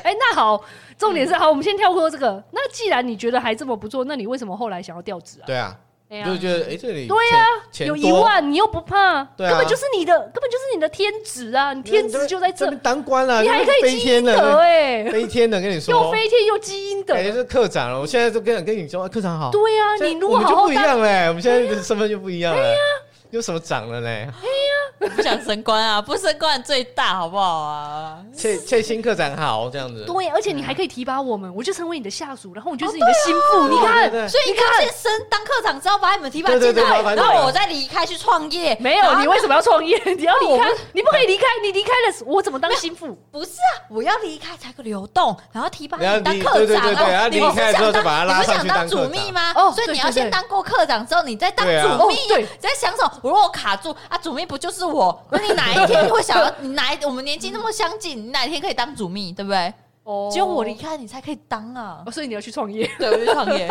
Speaker 2: 哎、那好，重
Speaker 1: 嗯
Speaker 2: 点是好，我们先跳过这个。那既然你觉得还这么不错，那你为什么后来想要调职啊？
Speaker 1: 对啊，
Speaker 2: 对
Speaker 1: 就觉得哎这里
Speaker 2: 对啊
Speaker 1: 呀，钱
Speaker 2: 有一
Speaker 1: 多，
Speaker 2: 万你又不怕，
Speaker 1: 对啊
Speaker 2: 根本就是你的，根本就是你的天职啊！你天职就在这，
Speaker 1: 边当官了，
Speaker 2: 你还可以
Speaker 1: 飞
Speaker 2: 积
Speaker 1: 天
Speaker 2: 阴德
Speaker 1: 的，
Speaker 2: 哎、
Speaker 1: 飞天的，跟你
Speaker 2: 又
Speaker 1: 说，
Speaker 2: 飞天又积阴德。
Speaker 1: 感觉是科长了。我现在就跟跟你说，科长好。
Speaker 2: 对啊，
Speaker 1: 现在
Speaker 2: 你如
Speaker 1: 我
Speaker 2: 果
Speaker 1: 们
Speaker 2: 好
Speaker 1: 就
Speaker 2: 好
Speaker 1: 不一
Speaker 2: 当，
Speaker 1: 样
Speaker 3: 啊
Speaker 1: 嘞，我们现在的身份就不一样了。有什么长了嘞？
Speaker 3: 我不想升官啊，不升官最大，好不好啊？
Speaker 1: 切切新科长好这样子。
Speaker 2: 对，而且
Speaker 1: 嗯
Speaker 2: 你还可以提拔我们，我就成为你的下属，然后我就是你的心腹。你
Speaker 1: 哦
Speaker 2: 看，
Speaker 1: 啊对对
Speaker 3: 所以你看，先升当科长之后，把你们提拔
Speaker 1: 对对
Speaker 3: 进
Speaker 1: 对把
Speaker 3: 来，
Speaker 1: 你们
Speaker 3: 然后我再离开去创业。
Speaker 2: 没
Speaker 3: 然
Speaker 2: 有，
Speaker 1: 啊
Speaker 3: 后
Speaker 2: 你为什么要创业？ 你要
Speaker 3: 我
Speaker 2: 离开，你不可以离开，你离开了，我怎么当心腹？
Speaker 3: 不是啊，我要离开才个流动，然后提拔你
Speaker 1: 然后
Speaker 3: 当
Speaker 1: 离
Speaker 3: 科
Speaker 1: 对对
Speaker 3: 长
Speaker 1: 对对然
Speaker 3: 哦。
Speaker 1: 后
Speaker 3: 你
Speaker 1: 离
Speaker 3: 不是
Speaker 1: 开之后就
Speaker 3: 想当
Speaker 1: 把他拉
Speaker 3: 你不是
Speaker 1: 上
Speaker 3: 想
Speaker 1: 去
Speaker 3: 当
Speaker 1: 当
Speaker 3: 主
Speaker 1: 科
Speaker 3: 秘
Speaker 1: 长啊
Speaker 3: 吗？
Speaker 2: 哦
Speaker 3: 所以你
Speaker 2: 对
Speaker 3: 要
Speaker 2: 对
Speaker 3: 先
Speaker 2: 对
Speaker 3: 当过科长之后，你再当
Speaker 1: 对啊
Speaker 3: 主
Speaker 2: 哦
Speaker 3: 秘。
Speaker 2: 对
Speaker 3: 你在想什么？我如果卡住啊，主秘不就是我？那你哪一天会想要？你哪一我们年纪那么相近，你哪一天可以当主秘，对不对？
Speaker 2: 哦
Speaker 3: 只有我离开，你才可以当啊
Speaker 2: 哦，！所以你要去创业，
Speaker 3: 对，我就创业，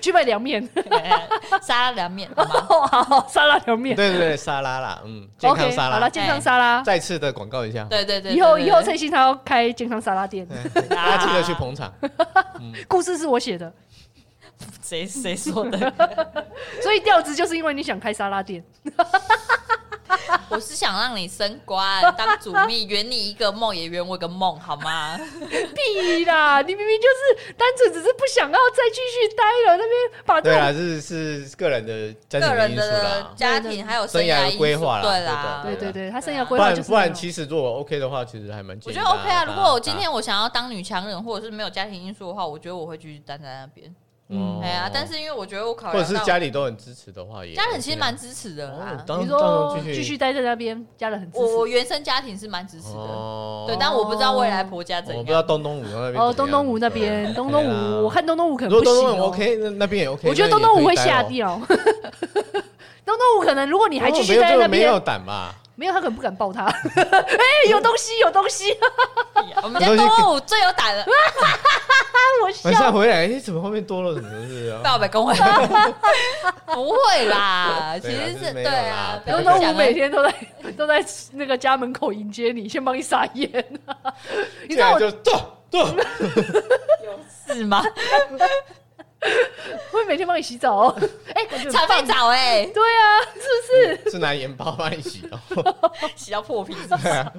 Speaker 2: 去卖凉面，
Speaker 3: 沙拉凉面好吗？
Speaker 2: 哦，好好，沙拉凉面。
Speaker 1: 对对对，沙拉啦，嗯，健
Speaker 2: OK，
Speaker 1: 康沙
Speaker 2: 好了，
Speaker 1: 拉。哎
Speaker 2: 健康沙拉。
Speaker 1: 再次的广告一下，
Speaker 3: 对对对，
Speaker 2: 以后
Speaker 3: 对
Speaker 2: 以后，蔡心他要开健康沙拉店，
Speaker 1: 对大家记得去捧 场。
Speaker 2: 故事是我写的，
Speaker 3: 谁谁说的？
Speaker 2: 所以调职就是因为你想开沙拉店。
Speaker 3: 我是想让你升官，当主秘，圆你一个梦，也圆我一个梦，好 吗？
Speaker 2: 屁啦！你明明就是单纯只是不想要再继续待了，那边把这
Speaker 1: 对
Speaker 2: 种
Speaker 1: 啦，是是个人的家
Speaker 3: 个
Speaker 1: 庭
Speaker 3: 人
Speaker 1: 因素
Speaker 3: 的
Speaker 1: 啦，
Speaker 3: 家庭还有
Speaker 1: 生
Speaker 3: 涯
Speaker 1: 涯
Speaker 3: 因素
Speaker 1: 规划啦
Speaker 3: 对啦，
Speaker 1: 对
Speaker 2: 对
Speaker 1: 的
Speaker 2: 对对，他生
Speaker 3: 对啊
Speaker 2: 涯
Speaker 1: 不
Speaker 2: 规划
Speaker 1: 然
Speaker 2: 就是
Speaker 1: 不然，
Speaker 2: 那种
Speaker 1: 其实如果 OK 的话，其实还蛮建
Speaker 3: 我
Speaker 1: 议
Speaker 3: 觉
Speaker 1: 大
Speaker 3: 得
Speaker 1: 家。
Speaker 3: OK 啊，
Speaker 1: 大
Speaker 3: 如
Speaker 1: 家
Speaker 3: 果我今天我想要当女强人，或者是没有家庭因素的话，我觉得我会继续站在那边。
Speaker 1: 哦
Speaker 3: 哎呀，但是因为我觉得我考
Speaker 1: 或
Speaker 3: 量
Speaker 1: 者
Speaker 3: 到
Speaker 1: 是家里都很支持的话，也
Speaker 3: 家人其实
Speaker 1: OK 啊
Speaker 3: 蛮支持的
Speaker 1: 哦
Speaker 3: 啦，
Speaker 1: 当当
Speaker 2: 你说
Speaker 1: 然
Speaker 2: 继续待在那边，家人很支
Speaker 3: 我我
Speaker 2: 持。
Speaker 3: 原生家庭是蛮支持的，
Speaker 1: 哦
Speaker 3: 对，但我不知道未来婆家怎
Speaker 1: 我不知道
Speaker 3: 样。
Speaker 1: 东东舞那边怎
Speaker 2: 哦，
Speaker 1: 样
Speaker 2: 东东吴那边，
Speaker 1: 对
Speaker 2: 东东
Speaker 1: 对啦
Speaker 2: 吴，我看东东吴可
Speaker 1: 如果
Speaker 2: 能不
Speaker 1: 东
Speaker 2: 行
Speaker 1: 东舞
Speaker 2: 哦。
Speaker 1: OK，那那边也 OK。
Speaker 2: 我觉得
Speaker 1: 那
Speaker 2: 东
Speaker 1: 也可以
Speaker 2: 东吴会
Speaker 1: 待
Speaker 2: 下
Speaker 1: 哦。
Speaker 2: 掉。东东吴可能，如果你
Speaker 1: 你
Speaker 2: 还继续待在那
Speaker 1: 没有
Speaker 2: 边，
Speaker 1: 胆 吧？
Speaker 2: 没有他可能不敢抱他。 哎，有东西，有东西，
Speaker 3: 哎我们家东武最有胆了，
Speaker 2: 我
Speaker 1: 晚上
Speaker 2: 笑。
Speaker 1: 回来，哎你怎么后面多了什么东西 啊？
Speaker 3: 告白公会 不会啦，其
Speaker 1: 对啦
Speaker 3: 实
Speaker 1: 就是
Speaker 3: 是
Speaker 1: 没
Speaker 3: 对
Speaker 1: 有啦
Speaker 3: 啊，不
Speaker 1: 对
Speaker 3: 要
Speaker 2: 东
Speaker 1: 东
Speaker 2: 东
Speaker 3: 想
Speaker 2: 吴
Speaker 3: 啊
Speaker 2: 每天都在都在那个家门口迎接你，先帮你撒盐。 你
Speaker 1: 进
Speaker 2: 知道
Speaker 1: 来
Speaker 2: 我
Speaker 1: 就坐坐，
Speaker 3: 是吗？
Speaker 2: 会每天帮你洗澡哦。 哎，
Speaker 3: 常被找哎，
Speaker 2: 对啊，是不是？
Speaker 1: 是拿盐包帮你洗哦。
Speaker 3: 洗到破皮。
Speaker 1: 对啊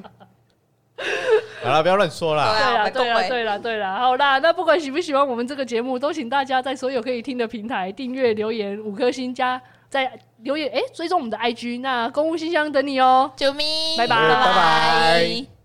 Speaker 1: 好了，不要乱说啦。
Speaker 3: 对啊
Speaker 2: 啦，
Speaker 3: 我
Speaker 2: 对
Speaker 3: 们
Speaker 2: 啦，
Speaker 3: 讲
Speaker 2: 对啦，对啦，好啦，那不管喜不喜欢我们这个节目，都请大家在所有可以听的平台订阅、留言五颗星加在留言，哎、追踪我们的 IG，那公务信箱等你哦、
Speaker 3: 救命！
Speaker 2: 拜拜
Speaker 1: 拜拜